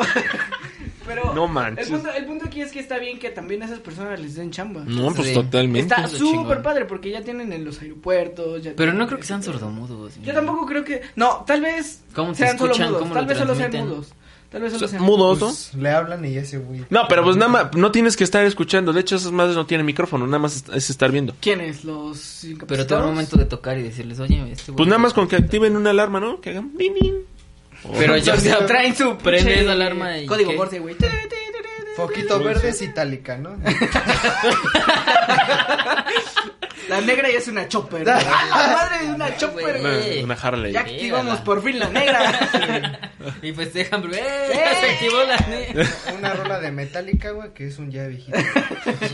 A: Pero
B: No manches.
A: El, punto, el punto aquí es que está bien que también a esas personas les den chamba.
B: No, pues
D: Sí.
B: totalmente.
A: está
D: es lo
A: súper
D: chingón.
A: padre porque ya tienen en los aeropuertos. ya
D: Pero
A: tienen-
D: no creo que sean sordomudos.
A: Yo tampoco creo que. No, tal vez
D: ¿Cómo te
A: sean solo
D: escuchan?
A: mudos.
D: ¿Cómo
A: Tal
D: lo
A: vez solo sean
D: transmiten?
A: mudos. Tal vez solo
B: O sea,
A: sean
B: Mudos, ¿no?
C: Pues, le hablan y ya ese güey.
B: No, pero pues nada más, no tienes que estar escuchando. De hecho, esas madres no tienen micrófono, nada más es- es estar viendo.
A: ¿Quiénes? Los
D: Pero te da
A: incapacitados.
D: un momento de tocar y decirles, oye, este güey-
B: Pues nada más con que activen una alarma, ¿no? Que hagan bing, bing.
D: Pero
A: (laughs)
D: ya, o
B: (laughs)
D: sea,
A: traen su
D: prende
A: pinche
D: esa alarma y
A: Código
D: ¿qué?
A: Morse, güey.
C: Foquito verde es itálica, ¿no?
A: (laughs) La negra ya es una chopper. güey. La madre de
D: (laughs)
A: una chopper,
B: Una,
A: güey.
B: una Harley.
A: Eh, Ya activamos por fin la negra.
D: Y festejan, pero, ¡eh! Ya se activó la ne-
C: Una rola de metálica, güey, que es un ya viejito.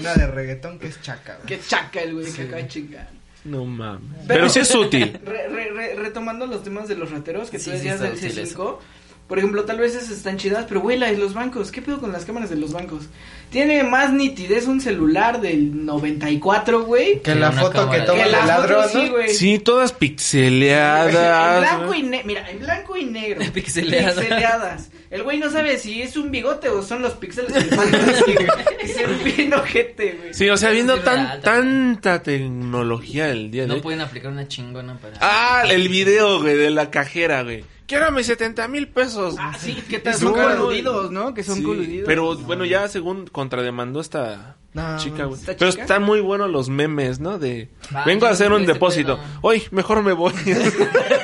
C: Una de reggaetón que es chaca, güey.
A: Qué chaca el güey que acaba de chingar.
B: No mames. Pero,
A: Pero- (laughs)
B: sí es útil.
A: Re- re- re- retomando los temas de los rateros que
D: Sí,
A: tú
D: sí,
A: decías
D: está
A: del
D: útil
A: C5,
D: eso.
A: por ejemplo, tal vez esas están chidas, pero güey, la de los bancos, ¿qué pedo con las cámaras de los bancos? Tiene más nitidez un celular del 94, güey.
C: Que
D: Sí,
C: la
D: una
C: foto que
D: cámara.
C: toma
A: que
C: el
A: las
C: ladrón,
A: otras sí,
C: ¿no?
A: güey.
B: Sí, todas
A: Pues- (laughs) En
B: pixeleadas.
A: blanco
B: güey.
A: y negro, mira, en blanco y negro.
D: Pixeleadas.
A: Pixeleadas. El güey no sabe si es un bigote o son los píxeles que le faltan. así, (laughs) güey. Es un bien ojete, güey.
B: Sí, o sea, viendo
D: Sí,
B: tan,
D: real,
B: tanta tecnología el día de
D: No
B: hoy.
D: pueden aplicar una chingona para...
B: Ah, el video, güey, de la cajera, güey. Quiero mis 70 mil pesos.
A: Ah, sí, que tal,
B: Es
A: son
B: un caro,
A: coludidos, ¿no? Que son
B: Sí,
A: coludidos.
B: Pero bueno, ya según contrademandó esta
C: No,
B: chica, güey.
A: ¿esta
B: Pero
A: chica?
B: están muy buenos los memes, ¿no? De
D: Ah,
B: vengo a
D: yo
B: hacer
D: no
B: un
D: vi ese
B: depósito.
D: pedo.
B: Hoy mejor me voy. (laughs)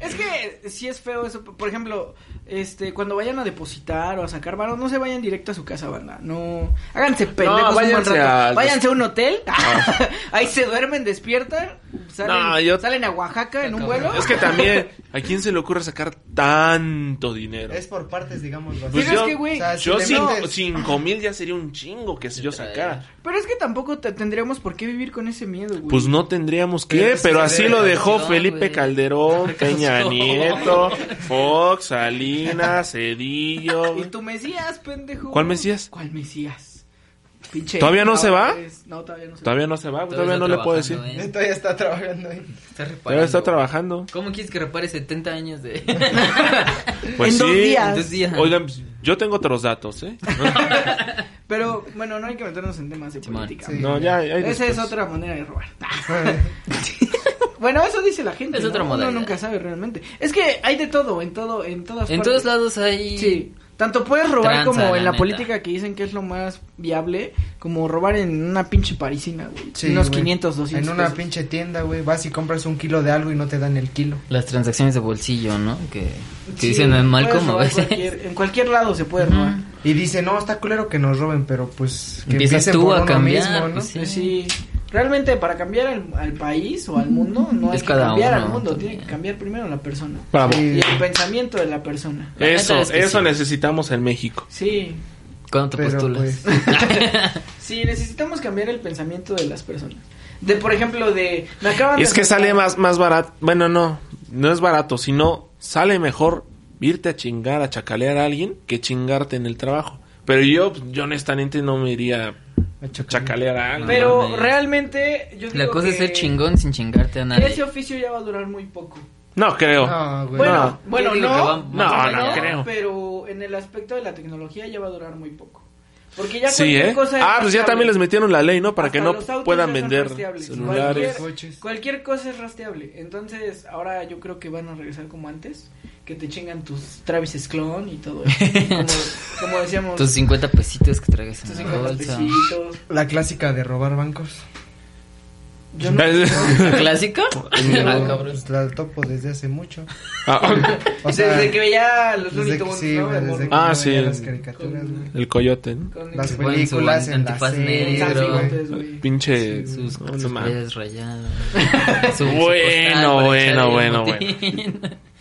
A: Es que sí es feo eso. Por ejemplo, este, cuando vayan a depositar o a sacar varo, no se vayan directo a su casa, banda. No. Háganse pendejos. un buen
B: váyanse
A: rato.
B: al-
A: váyanse a un hotel. (laughs) Ahí se duermen, despiertan. Salen,
B: No, yo-
A: salen a Oaxaca en un vuelo.
B: es que también, ¿a quién se le ocurre sacar tanto dinero?
C: Es por partes, digamos.
B: Pues
A: Pero
B: yo-
A: es que, güey.
C: o sea, si
B: Yo pues,
C: le
B: cinco,
C: metes-
B: cinco mil ya sería un chingo que si yo sacara.
A: Pero es que tampoco te- tendríamos por qué vivir con ese miedo, güey.
B: Pues no tendríamos que,
C: Pero pues
B: pero,
C: es que
B: así
C: de-
B: lo dejó
D: no,
B: Felipe
D: güey.
B: Calderón, Peña
D: Castro.
B: Nieto, Fox, Salinas, Cedillo.
A: Y tu Mesías, pendejo.
B: ¿Cuál Mesías?
A: ¿Cuál Mesías? Pinche.
B: ¿Todavía no se va?
A: es- No, todavía no se
B: Todavía no se va, güey, todavía,
D: Todavía
B: no
D: está
B: le puedo decir.
D: trabajando, ¿eh?
C: Neta ya está trabajando ahí.
D: Está
B: Todavía
D: reparando.
B: está trabajando.
D: ¿Cómo quieres que repare 70
A: (laughs)
D: años de...?
A: En
B: Pues sí.
A: dos días.
D: en dos días?
B: Oigan, pues, yo tengo otros datos, ¿eh?
A: va. Pero bueno, no hay que meternos en temas de
D: Simón.
A: política.
C: Sí.
B: (laughs) No, ya, ya
A: Esa
B: después.
A: es otra manera de robar. Bueno, eso dice la gente.
D: Es
A: ¿no?
D: otra
A: Uno
D: modalidad.
A: nunca sabe realmente. Es que hay de todo, en todo, en todas
D: En
A: partes.
D: todos lados hay...
A: Sí. Tanto puedes robar
D: Tranza,
A: como en la
D: la neta.
A: política que dicen que es lo más viable, como robar en una pinche parisina, güey.
C: Sí,
A: unos
C: güey.
A: 500, 200
C: En una
A: pesos.
C: pinche tienda, güey. Vas y compras un kilo de algo y no te dan el kilo.
D: Las transacciones de bolsillo, ¿no? Que, que
A: Sí,
D: dicen en mal
A: puedes
D: como a
A: robar
D: veces.
A: cualquier- en cualquier lado se puede robar.
D: Ujú.
C: Y dice, no, está culero que nos roben, pero pues... Que
D: Empiezas
C: empiecen
D: tú
C: por
D: a
C: uno
D: cambiar,
C: ¿no?
D: pues, sí.
A: Pues sí. Realmente para cambiar al, al país o al mundo no
D: Es
A: hay que
D: cada
A: cambiar
D: uno
A: al mundo,
D: también.
A: tiene que cambiar primero la persona.
B: Bravo.
A: Y el pensamiento de la persona.
D: La
B: Eso,
D: neta es que
B: eso
D: sí.
B: necesitamos en México.
A: Sí,
D: (laughs) ¿Cuándo te
C: Pero,
D: postulas?
C: pues,
A: sí, necesitamos cambiar el pensamiento de las personas. De, por ejemplo, de... Me acaban
B: Es
A: de
B: que
A: robar-
B: sale más, más barato. Bueno, no, no es barato, sino sale mejor irte a chingar, a chacalear a alguien que chingarte en el trabajo. Pero yo, pues, yo honestamente no me iría
C: a
B: a
C: chocar.
B: chacalear a alguien.
A: Pero
D: No mames.
A: realmente pues, yo
D: La
A: digo
D: cosa es
A: que
D: ser chingón sin chingarte a nadie.
A: Ese oficio ya va a durar muy poco.
B: No creo.
C: No, güey.
A: Bueno,
D: No.
A: bueno,
D: Yo digo que
A: no,
D: va
B: más No, no allá. creo.
A: Pero en el aspecto de la tecnología ya va a durar muy poco. Porque ya
B: sí,
A: cualquier
B: ¿eh?
A: cosa es
B: Ah, pues ya
A: rastreable.
B: también les metieron la ley, ¿no? Para
A: Hasta
B: que no
A: los autos
B: puedan
A: ya son
B: vender
A: rastreables.
B: celulares.
A: Cualquier, cualquier cosa es rastreable. Entonces, ahora yo creo que van a regresar como antes. Que te chingan tus Travis Clone y todo
D: (laughs)
A: eso. Como, como decíamos,
D: Tus 50 pesitos que traigas
A: tus
D: en la
A: 50
D: bolsa.
A: pesitos.
C: La clásica de robar bancos.
A: Yo
B: (laughs)
A: no-
D: ¿Clásica? Ah, cabrón.
C: Pues, la topo desde hace mucho.
B: Ah,
C: O
A: desde que veía los Looney
C: desde que-
A: Tunes,
C: sí,
A: ¿no?
C: güey,
A: De
C: desde
A: morro.
C: que
B: Ah,
C: yo
B: sí.
C: veía las caricaturas, güey.
B: (laughs) el coyote, ¿no?
A: Con-
C: Las
A: con
D: Con su
C: películas en la
D: antifaz
C: serie,
D: negro.
A: zafirotes, güey.
B: Pinche.
D: Sus,
B: eh, no, no
D: sus
B: mames.
D: rayas
B: (laughs)
D: rayadas.
B: Bueno, bueno, bueno,
D: bueno.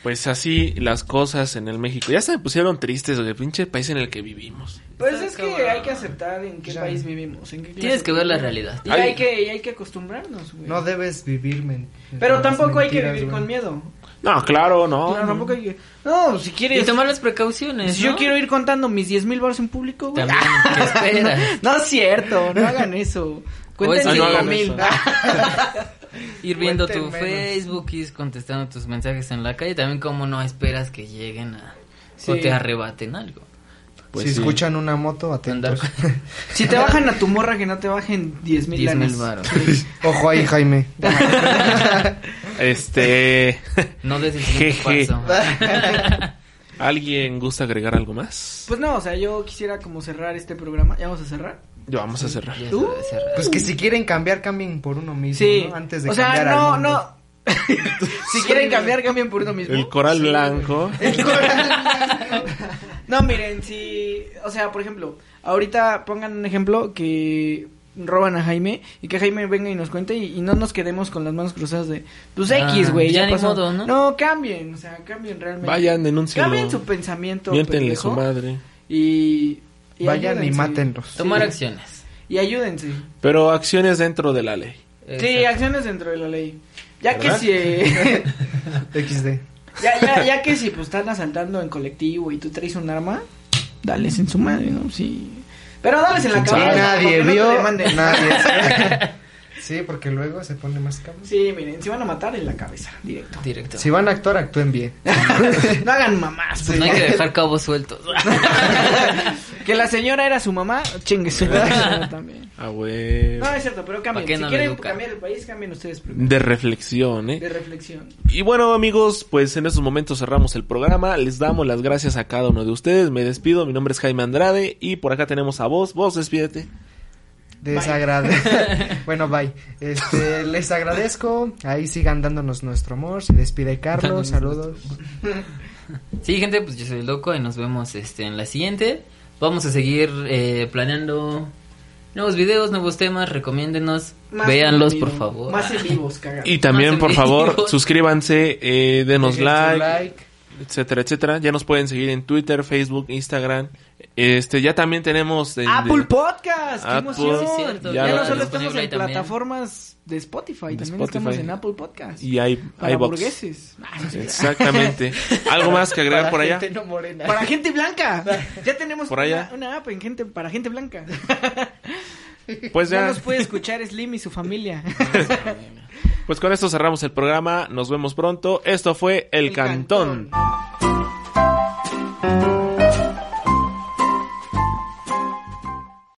B: Pues así las cosas en el México. Ya se me pusieron tristes, güey. Pinche país en el que vivimos.
A: Pues es que
D: Cabrón.
A: hay que aceptar en qué
C: Ya.
A: país vivimos. En qué clase
D: Tienes que ver la
A: vivimos.
D: realidad.
A: Y
B: Ay.
A: hay que, y hay que acostumbrarnos, güey.
C: No debes vivir, men-
A: Pero
C: las
A: tampoco hay que
C: mentiras,
A: vivir
C: güey.
A: con miedo.
B: No, claro, no.
A: Claro, tampoco hay que... No, si
D: Oh, Y
A: quieres...
D: tomar las precauciones.
A: Si
D: ¿no?
A: yo quiero ir contando mis 10 mil baros en público, güey.
D: También, ¿qué esperas?
A: (laughs) No es cierto, no hagan
D: (laughs)
A: eso. Cuenten
D: eso, no
A: 5
D: hagan
A: mil.
B: eso.
D: Ir viendo tu
C: Cuenten menos.
D: Facebook, ir contestando tus mensajes en la calle. También, como no esperas que lleguen a.
A: (laughs) Sí.
D: O te arrebaten algo.
B: Pues
C: si
B: sí.
C: escuchan una moto,
D: Andar
C: atentos.
D: con-
A: Si te
D: (laughs)
A: bajan a tu morra, que no te bajen 10 mil
D: 10,000
A: lanas.
D: varos.
A: Sí.
C: (laughs) Ojo ahí, Jaime.
A: (laughs)
D: (laughs)
B: Este.
D: No desde el siguiente
A: (laughs)
B: Jeje.
D: paso.
B: (laughs) ¿Alguien gusta agregar algo más?
A: Pues no, o sea, yo quisiera como cerrar este programa. ¿Ya vamos a cerrar?
B: Ya vamos a cerrar.
D: Ya se va a cerrar.
C: Pues que si quieren cambiar, cambien por uno mismo.
A: Sí.
C: ¿no? Antes de
A: o sea,
C: cambiar al
A: no,
C: mundo.
A: no.
C: (laughs)
A: si quieren cambiar, cambien por uno mismo.
B: El coral
A: Sí. (laughs)
B: blanco.
A: No, miren, si. O sea, por ejemplo, ahorita pongan un ejemplo que roban a Jaime y que Jaime venga y nos cuente y, y no nos quedemos con las manos cruzadas de. Pues
D: Ah,
A: X, güey,
D: ya
A: ya,
D: ni
A: pasó.
D: modo, ¿no?
A: cambien, o sea, cambien realmente.
B: Vayan, denúncienlo.
A: Cambien su pensamiento.
B: Miéntenle
A: pendejo,
B: su madre.
A: Y. y
C: Vayan y
A: ayúdense.
C: mátenlos.
D: Tomar
A: Sí.
D: acciones.
A: Y ayúdense.
B: Pero acciones dentro de la ley.
A: Sí,
D: Exacto.
A: acciones dentro de la ley. Ya
B: ¿Verdad?
A: que si. eh,
C: XD.
A: (laughs) Ya, ya, ya que si pues están asaltando en colectivo y tú traes un arma, dales en su madre, ¿no? Sí. Pero dales en la
B: Sí,
C: Sí,
A: cabeza. para
C: nadie
A: que no te
C: vio.
A: demanden. (laughs)
C: nadie. Sí, porque luego se pone más cabrón.
A: Sí, miren, se van a matar en la cabeza, directo.
D: Directo.
C: Si van a actuar,
B: (laughs)
C: actúen bien.
A: (laughs) no hagan mamás. por
D: Pues No hay que
A: favor.
D: dejar cabos sueltos.
A: (laughs)
D: (laughs)
A: Que la señora era su mamá, chingue su
D: (laughs)
A: madre también.
B: Ah, güey.
A: No, es cierto, pero
D: ¿Para qué
A: cambien. Si
D: no
A: quieren
D: lo educan?
A: cambiar el país, cambien ustedes primero.
B: De reflexión, ¿eh?
A: De reflexión.
B: Y bueno amigos, pues en estos momentos cerramos el programa, les damos las gracias a cada uno de ustedes, me despido, mi nombre es Jaime Andrade y por acá tenemos a vos, vos despídete.
C: Desagradezco.
B: (laughs)
C: bueno, bye. Este, les agradezco. Ahí sigan dándonos nuestro amor. Se despide Carlos.
D: Dándonos
C: Saludos.
D: Sí, gente, pues yo soy el loco y nos vemos este en la siguiente. Vamos a seguir eh, planeando nuevos videos, nuevos temas, recomiéndenos,
A: Más
D: véanlos
A: en
D: por
A: vivo.
D: favor. (laughs)
A: Más en vivos, cagados.
B: Y también
D: Más
B: por
D: en
B: favor
D: vivo.
B: suscríbanse, eh, denos
C: Dejen su
B: like, etcétera, etcétera. Ya nos pueden seguir en Twitter, Facebook, Instagram. Este, ya también tenemos... en-
A: Apple Podcast, qué
B: Apple.
A: emoción.
D: Sí, cierto,
A: ya
B: ya
A: no
B: lo
A: solo
B: tenemos
A: estamos
D: disponible ahí
A: en
D: también.
A: plataformas de Spotify,
B: De
A: también
B: Spotify.
A: estamos en Apple Podcast.
B: Y hay,
A: para
B: iVoox. (laughs)
A: burgueses. Ah, no sé.
B: Exactamente. ¿Algo más que agregar
C: Para
B: por allá?
C: gente no morena.
A: (laughs) Para gente
B: (laughs)
A: blanca. Ya tenemos
B: Por allá.
A: Una, una app en gente para gente
B: (laughs)
A: blanca.
B: Pues
A: No
B: ya,
A: nos puede escuchar Slim y su familia.
B: pues con esto cerramos el programa, nos vemos pronto. Esto fue El,
A: El
B: Cantón.
A: Cantón.